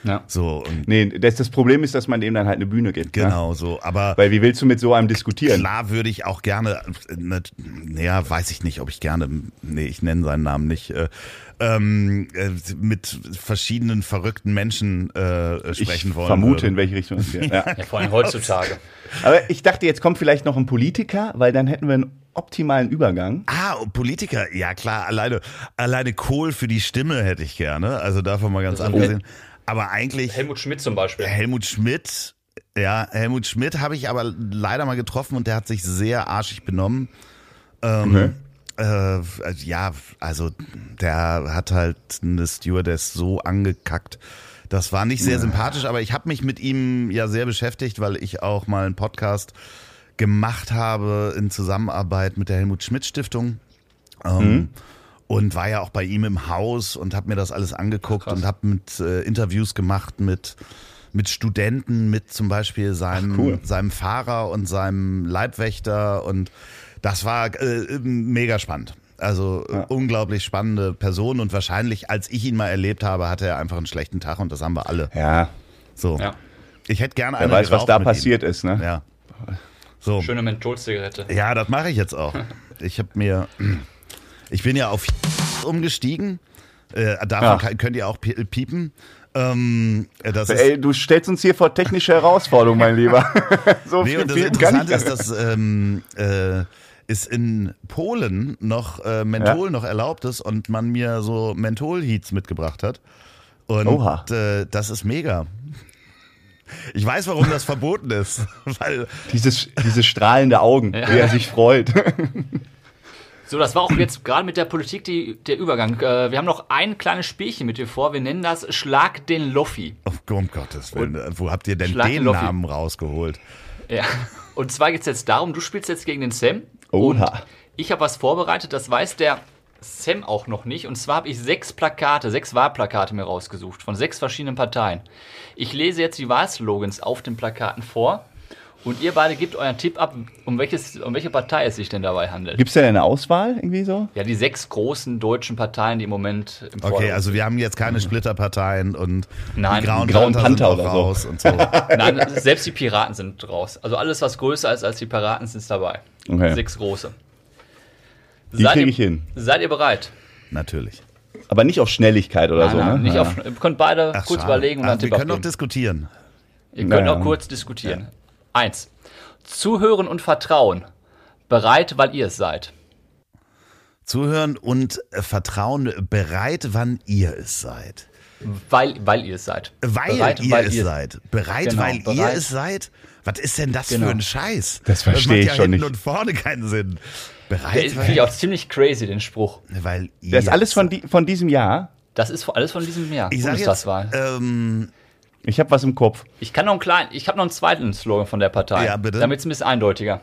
G: Ja.
C: So, und
A: Nee, das, das Problem ist, dass man dem dann halt eine Bühne gibt. Ne?
C: genau so. Aber
A: Weil wie willst du mit so einem diskutieren?
C: Klar würde ich auch gerne, äh, ne, naja, weiß ich nicht, ob ich gerne, nee, ich nenne seinen Namen nicht, äh, ähm, äh, mit verschiedenen verrückten Menschen äh, äh, sprechen
A: ich
C: wollen.
A: vermute, in
C: würde.
A: welche Richtung es
C: *laughs*
A: geht. Ja.
G: Ja, vor allem heutzutage.
A: Aber ich dachte, jetzt kommt vielleicht noch ein Politiker, weil dann hätten wir einen optimalen Übergang.
C: Ah, und Politiker, ja klar, alleine, alleine Kohl für die Stimme hätte ich gerne, also davon mal ganz abgesehen. Aber eigentlich
G: Helmut Schmidt zum Beispiel.
C: Helmut Schmidt, ja, Helmut Schmidt habe ich aber leider mal getroffen und der hat sich sehr arschig benommen.
D: Ähm,
C: Äh, ja, also der hat halt eine Stewardess so angekackt. Das war nicht sehr sympathisch, aber ich habe mich mit ihm ja sehr beschäftigt, weil ich auch mal einen Podcast gemacht habe in Zusammenarbeit mit der Helmut Schmidt Stiftung. Ähm,
A: Mhm.
C: Und war ja auch bei ihm im Haus und habe mir das alles angeguckt und habe mit äh, Interviews gemacht mit mit Studenten, mit zum Beispiel seinem, seinem Fahrer und seinem Leibwächter und das war äh, mega spannend. Also äh, unglaublich spannende Person und wahrscheinlich, als ich ihn mal erlebt habe, hatte er einfach einen schlechten Tag und das haben wir alle.
A: Ja,
C: So.
G: Ja.
C: Ich hätte gerne
A: wer
C: einen.
A: weiß, was da passiert ist. Ne?
C: Ihm. Ja. So.
G: Schöne Mentholzigarette.
C: Ja, das mache ich
A: *laughs*
C: jetzt auch. Ich habe mir, ich bin ja auf umgestiegen. Äh, davon
A: Ach.
C: kann, könnt ihr auch pie- piepen. Ähm, das ist,
A: Ey, du stellst uns hier vor technische Herausforderungen, mein Lieber.
D: *laughs*
A: so
C: Nee, und das
A: viel kann ich
C: Interessante ist, dass ähm, äh, es in Polen noch äh, Menthol noch erlaubt ist und man mir so Menthol-Heats mitgebracht hat. Und
A: Oha.
C: Äh, das ist mega. Ich weiß, warum das verboten ist. *laughs* Weil,
A: dieses, diese strahlende Augen, wie er sich freut.
D: So, das war auch jetzt gerade mit der Politik die, der Übergang. Äh, wir haben noch ein kleines Spielchen mit dir vor. Wir nennen das Schlag den Loffi.
C: oh, um Gottes Willen, wo habt ihr denn
D: Schlag
C: den
D: den Loffi.
C: Namen rausgeholt?
D: Ja. Und zwar geht es jetzt darum, du spielst jetzt gegen den Sam. *laughs* Und
A: Oha.
D: ich habe was vorbereitet, das weiß der Sam auch noch nicht. Und zwar habe ich sechs Plakate, sechs Wahlplakate mir rausgesucht von sechs verschiedenen Parteien. Ich lese jetzt die Wahlslogans auf den Plakaten vor. Und ihr beide gebt euren Tipp ab, um, welches, um welche Partei es sich denn dabei handelt.
A: Gibt es denn eine Auswahl irgendwie so?
D: Ja, die sechs großen deutschen Parteien, die im Moment im Vordergrund
C: Okay, also wir haben jetzt keine Splitterparteien und
D: Nein,
C: die grauen,
A: die grauen
C: Panther,
A: Panther
C: sind
A: oder
C: auch
A: so.
C: raus und so.
D: Nein, selbst die Piraten sind raus. Also alles, was größer ist als die Piraten, sind dabei.
A: Okay.
D: Sechs große.
A: Die
D: Seid
A: krieg
D: ihr-
A: ich hin.
D: Seid ihr bereit?
C: Natürlich.
A: Aber nicht auf Schnelligkeit oder so,
D: nein,
A: ne?
D: nein, nicht
A: Ja.
D: auf, ihr könnt beide
C: Ach,
D: kurz
C: schade.
D: überlegen und
C: Ach,
D: dann
C: Also Wir
D: Tipp
C: können doch
D: abgeben.
C: diskutieren.
D: Ihr könnt
A: Ja,
D: auch
A: ja.
D: kurz diskutieren. Eins. Zuhören und Vertrauen. Bereit, weil ihr es seid.
C: Zuhören und äh, Vertrauen bereit, wann ihr es seid.
D: Weil, weil ihr es seid.
C: Weil
D: bereit,
C: ihr
D: weil
C: es seid. Bereit,
D: Genau,
C: weil ihr
D: bereit.
C: es seid. Was ist denn das
D: Genau.
C: für ein Scheiß?
A: Das versteh
C: macht
A: ich
C: ja
A: schon
C: hinten
A: nicht.
C: und vorne keinen Sinn.
D: Der
C: Bereit,
D: ist- Finde ich auch
C: weil,
D: ziemlich crazy, den Spruch.
C: weil ihr.
A: Das ist alles von, die, von diesem Jahr.
D: Das ist alles von diesem Jahr.
C: Ich sage jetzt,
D: Bundestagswahl.
C: ähm,
A: Ich habe was im Kopf.
D: Ich kann noch einen kleinen, ich habe noch einen zweiten Slogan von der Partei.
C: Ja, bitte.
D: Damit es ein bisschen eindeutiger.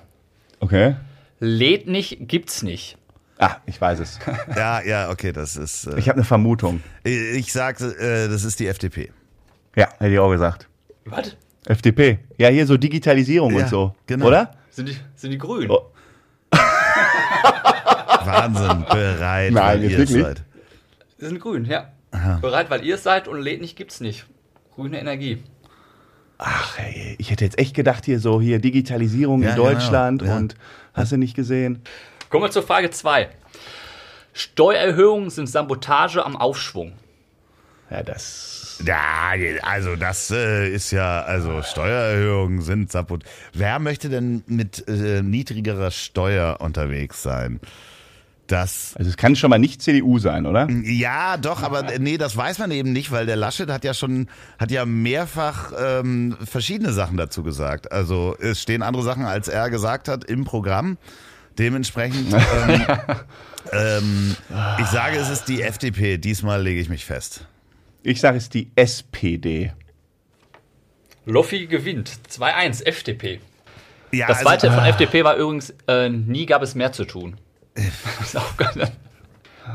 A: Okay.
D: Lädt nicht, gibt's nicht.
A: Ah, ich weiß es.
C: Ja, ja, okay, das ist. Äh,
A: Ich habe eine Vermutung.
C: ich sag, äh, das ist die FDP.
A: Ja, hätte ich auch gesagt.
D: Was?
A: FDP. Ja, hier so Digitalisierung
C: Ja,
A: und so.
C: genau.
A: Oder?
D: Sind die, sind die grün?
A: Oh. *laughs*
C: Wahnsinn, bereit,
A: Nein,
C: weil
A: jetzt
C: ihr es
A: wirklich?
C: seid.
D: Die sind grün, ja. Bereit, weil ihr es seid und lädt nicht, gibt's nicht. Grüne Energie.
A: Ach, ey, ich hätte jetzt echt gedacht, hier so hier Digitalisierung
C: Ja,
A: in Deutschland
C: genau, ja.
A: und hast du nicht gesehen?
D: Kommen wir zur Frage 2. Steuererhöhungen sind Sabotage am Aufschwung.
A: Ja, das.
C: Ja, also das äh, ist ja, also Steuererhöhungen sind kaputt. Wer möchte denn mit äh, niedrigerer Steuer unterwegs sein? Das,
A: Also es kann schon mal nicht CDU sein, oder?
C: Mhm. ja, doch, aber äh, nee, das weiß man eben nicht, weil der Laschet hat ja schon, hat ja mehrfach ähm, verschiedene Sachen dazu gesagt. Also es stehen andere Sachen, als er gesagt hat, im Programm.
A: *laughs*
C: Dementsprechend, ähm, ähm, ich sage, es ist die FDP. Diesmal lege ich mich fest.
A: Ich sage es ist die SPD.
D: Loffi gewinnt. 2-1, FDP.
C: Ja,
D: Das
C: also-
D: zweite
A: ah.
D: von FDP war übrigens, äh, nie gab es mehr zu
A: *laughs*
D: tun. Das ist auch geil.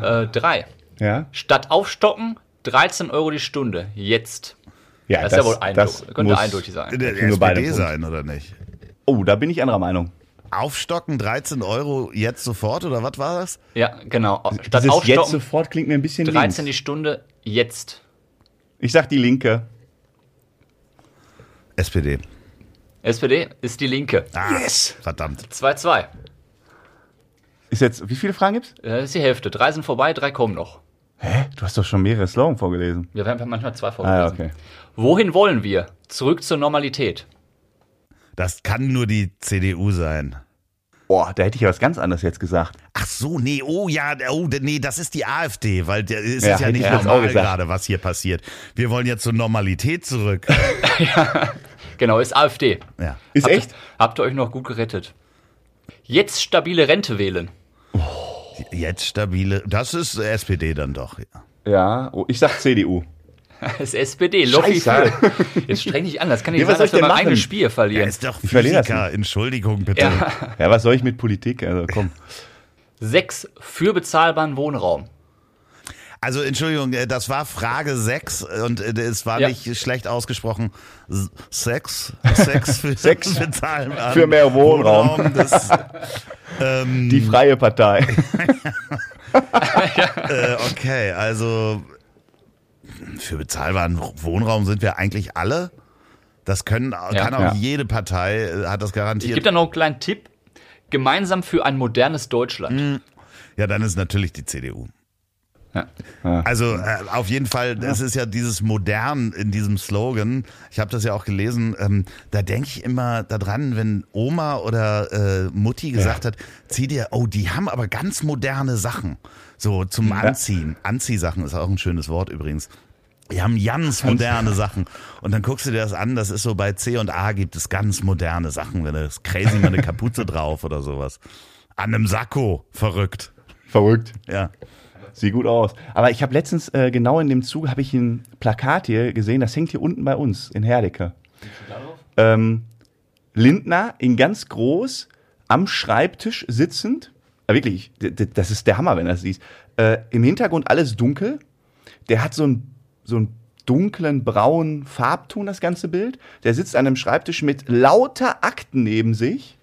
D: äh, drei.
A: Ja,
D: Statt aufstocken, 13 Euro die Stunde. Jetzt.
A: ja
D: Das, ist ja wohl eindeutig. Könnte
A: muss- Äh,
D: eindeutig sein.
C: der
A: kriegen wir beide
C: SPD
A: einen Punkt.
C: sein, oder nicht?
A: Oh, da bin ich anderer Meinung.
C: Aufstocken 13 Euro jetzt sofort, oder was war das?
D: Ja, genau. Statt
A: Das ist jetzt
D: aufstocken,
A: sofort klingt mir ein bisschen
D: 13 die
A: links.
D: Stunde. Jetzt.
A: Ich sag die Linke.
C: SPD.
D: SPD ist die Linke.
C: Ah, Verdammt.
D: 2-2.
A: Ist jetzt, wie viele Fragen gibt's?
D: Das Äh, ist die Hälfte. Drei sind vorbei, drei kommen noch.
A: Hä? Du hast doch schon mehrere Slogan vorgelesen.
D: Wir haben manchmal zwei
A: Ah,
D: vorgelesen.
A: ja, okay.
D: Wohin wollen wir? Zurück zur Normalität.
C: Das kann nur die CDU sein.
A: Boah, da hätte ich ja was ganz anderes jetzt gesagt.
C: Ach so, nee, oh ja, oh nee, das ist die AfD, weil der- es
A: Ja,
C: ist ja nicht
A: hätte ich jetzt auch
C: normal
A: gesagt.
C: gerade, was hier passiert. Wir wollen jetzt zur
A: *laughs*
C: Normalität zurück.
D: Genau, ist AfD.
C: Ja.
A: Ist
D: habt,
A: echt?
D: Habt ihr euch noch gut gerettet. Jetzt stabile Rente wählen. *laughs*
C: Jetzt stabile, das ist SPD dann doch. Ja.
A: Ja, oh, ich sag CDU.
D: Das ist SPD. Loffi
A: Scheiße.
D: führt. Jetzt streng dich
A: *laughs*
D: an. Das kann nicht
A: Ja,
D: sein,
A: was
D: dass
A: soll ich
D: wir
A: denn
D: mein eigenes
A: machen?
D: Spiel verlieren.
C: Ist doch
A: Ich verliere das
C: Physiker, Entschuldigung bitte.
D: Ja.
A: Ja, was soll ich mit Politik? Also komm.
D: Sechs für bezahlbaren Wohnraum.
C: Also Entschuldigung, äh, das war Frage 6 und äh, es war
D: Ja.
C: nicht schlecht ausgesprochen. S- Sex,
A: *laughs*
C: Sex für
A: Sex
C: *laughs* für, Zahlen,
A: für mehr Wohnraum.
C: das, ähm,
A: Die Freie Partei.
C: äh, okay, also für bezahlbaren Wohnraum sind wir eigentlich alle. Das können kann auch
A: Ja.
C: jede Partei äh, hat das
D: Ich gebe
C: garantiert.
D: da noch einen kleinen Tipp. Gemeinsam für ein modernes Deutschland.
A: Hm.
C: ja, dann ist natürlich die CDU.
D: Ja.
C: Also äh, auf jeden Fall, es ist ja dieses modern in diesem Slogan. Ich habe das ja auch gelesen. Ähm, da denke ich immer daran, wenn Oma oder äh, Mutti gesagt hat, zieh dir, oh, die haben aber ganz moderne Sachen. So zum Anziehen. Anziehsachen ist auch ein schönes Wort übrigens. Die haben ganz moderne Sachen. Und dann guckst du dir das an, das ist so bei C und A gibt es ganz moderne Sachen. Wenn du das crazy mal eine Kapuze drauf oder sowas. An einem Sakko, verrückt.
A: Verrückt.
C: Ja.
A: Sieht gut aus. Aber ich habe letztens, äh, genau in dem Zug, habe ich ein Plakat hier gesehen, das hängt hier unten bei uns in Herdecke. Ähm, Lindner in ganz groß am Schreibtisch sitzend. Ja, wirklich, d- d- das ist der Hammer, wenn du das siehst. Äh, Im Hintergrund alles dunkel. Der hat so einen, so einen dunklen braunen Farbton, das ganze Bild. Der sitzt an einem Schreibtisch mit lauter Akten neben sich.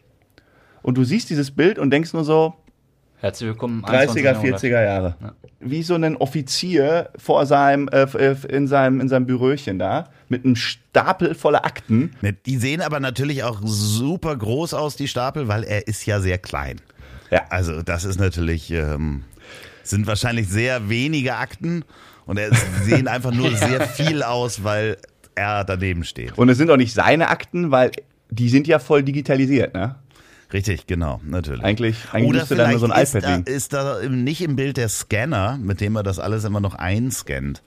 A: Und du siehst dieses Bild und denkst nur so,
D: Herzlich willkommen. im
A: 30er,
D: 21. Jahrhundert.
A: 40er Jahre. Wie so ein Offizier vor seinem, äh, f- in seinem, in seinem Büröchen da, mit einem Stapel voller Akten.
C: Ne, Die sehen aber natürlich auch super groß aus, die Stapel, weil er ist ja sehr klein.
A: Ja.
C: Also das ist natürlich, ähm, sind wahrscheinlich sehr wenige Akten und er
A: *laughs*
C: sehen einfach nur sehr viel aus, weil er daneben steht.
A: Und es sind auch nicht seine Akten, weil die sind ja voll digitalisiert, ne?
C: Richtig, genau, natürlich.
A: Eigentlich, eigentlich
C: Oder
A: müsste da nur so ein
C: vielleicht
A: iPad liegen.
C: ist da, ist da im- nicht im Bild der Scanner, mit dem er das alles immer noch einscannt.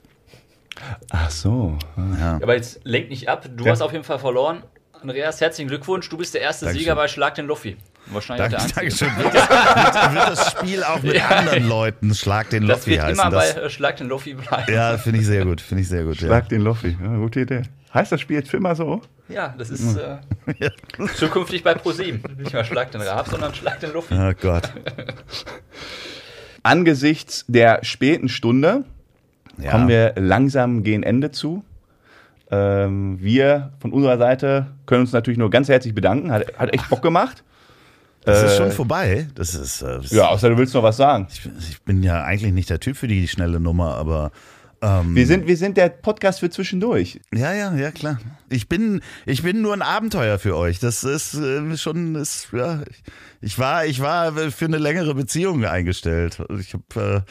C: äh,
A: Ach so.
D: Aber jetzt lenk nicht ab. Du hast auf jeden Fall verloren. Andreas, herzlichen Glückwunsch. Du bist der erste
C: Dankeschön.
D: Sieger bei Schlag den Loffi. Wahrscheinlich
C: Danke,
D: der Einzige.
C: Dankeschön. Wird das, wird, wird das Spiel auch mit anderen Leuten Schlag den
D: Das
C: Loffi
D: wird
C: heißen?
D: immer bei
C: Das,
D: äh, Schlag den Loffi bleiben.
C: ja, finde ich sehr gut. Finde ich sehr gut. Ja.
F: Schlag den Loffi. Ja, gute Idee. Heißt das Spiel jetzt für immer so?
D: Ja, das ist äh, zukünftig bei ProSieben. Nicht mehr Schlag den Raab, sondern Schlag den Loffi.
C: Oh Gott.
A: Angesichts der späten Stunde
C: Ja.
A: kommen wir langsam gegen Ende zu. Ähm, wir von unserer Seite können uns natürlich nur ganz herzlich bedanken. Hat, hat echt Bock gemacht.
C: Das ist schon
A: Äh,
C: vorbei. Das ist. äh, Das
A: Ja, außer du willst noch was sagen.
C: ich, bin- ich bin ja eigentlich nicht der Typ für die schnelle Nummer, aber Hm.
A: Wir sind, wir sind der Podcast für zwischendurch.
C: ja, ja, ja, klar. Ich bin, ich bin nur ein Abenteuer für euch. Das ist äh, schon, ist, ja, ich, ich war, ich war für eine längere Beziehung eingestellt. Ich habe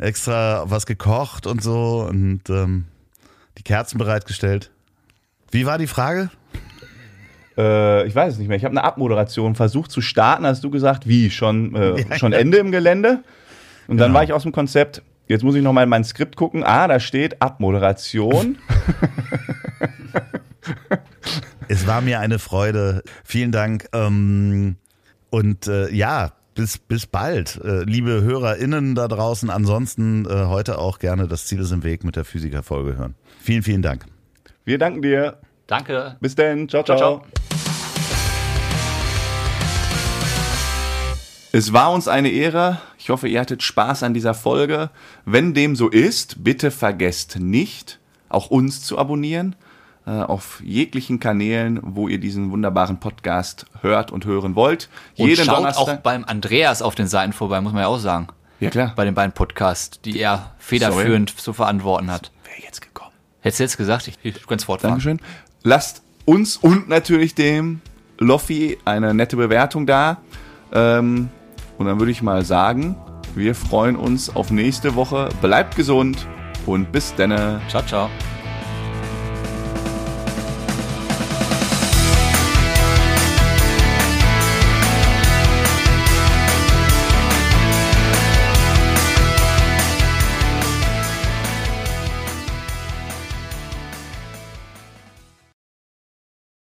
C: äh, extra was gekocht und so und ähm, die Kerzen bereitgestellt. Wie war die Frage?
A: Äh, ich weiß es nicht mehr. Ich habe eine Abmoderation versucht zu starten. Hast du gesagt, wie? Schon, äh,
C: *laughs* Ja,
A: schon
C: ja.
A: Ende im Gelände? Und dann war ich aus dem Konzept. Jetzt muss ich nochmal in mein Skript gucken. Ah, da steht Abmoderation.
C: *laughs* Es war mir eine Freude. Vielen Dank. Ähm, und äh, ja, bis, bis bald. Äh, liebe HörerInnen da draußen, ansonsten äh, heute auch gerne das Ziel ist im Weg mit der Physikerfolge hören. Vielen, vielen Dank.
A: Wir danken dir.
D: Danke.
A: Bis dann. Ciao, ciao.
D: Ciao, ciao.
A: Es war uns eine Ehre. Ich hoffe, ihr hattet Spaß an dieser Folge. Wenn dem so ist, bitte vergesst nicht, auch uns zu abonnieren äh, auf jeglichen Kanälen, wo ihr diesen wunderbaren Podcast hört und hören wollt.
B: Und schaut auch beim Andreas auf den Seiten vorbei, muss man ja auch sagen.
A: Ja, klar.
B: Bei den beiden Podcasts, die er federführend zu verantworten hat.
A: Wer jetzt gekommen?
B: Hättest du jetzt gesagt, ich, ich kann es fortfahren.
A: Dankeschön. Lasst uns und natürlich dem Loffi eine nette Bewertung da. Ähm, und dann würde ich mal sagen, wir freuen uns auf nächste Woche. Bleibt gesund und bis denne.
B: Ciao, ciao.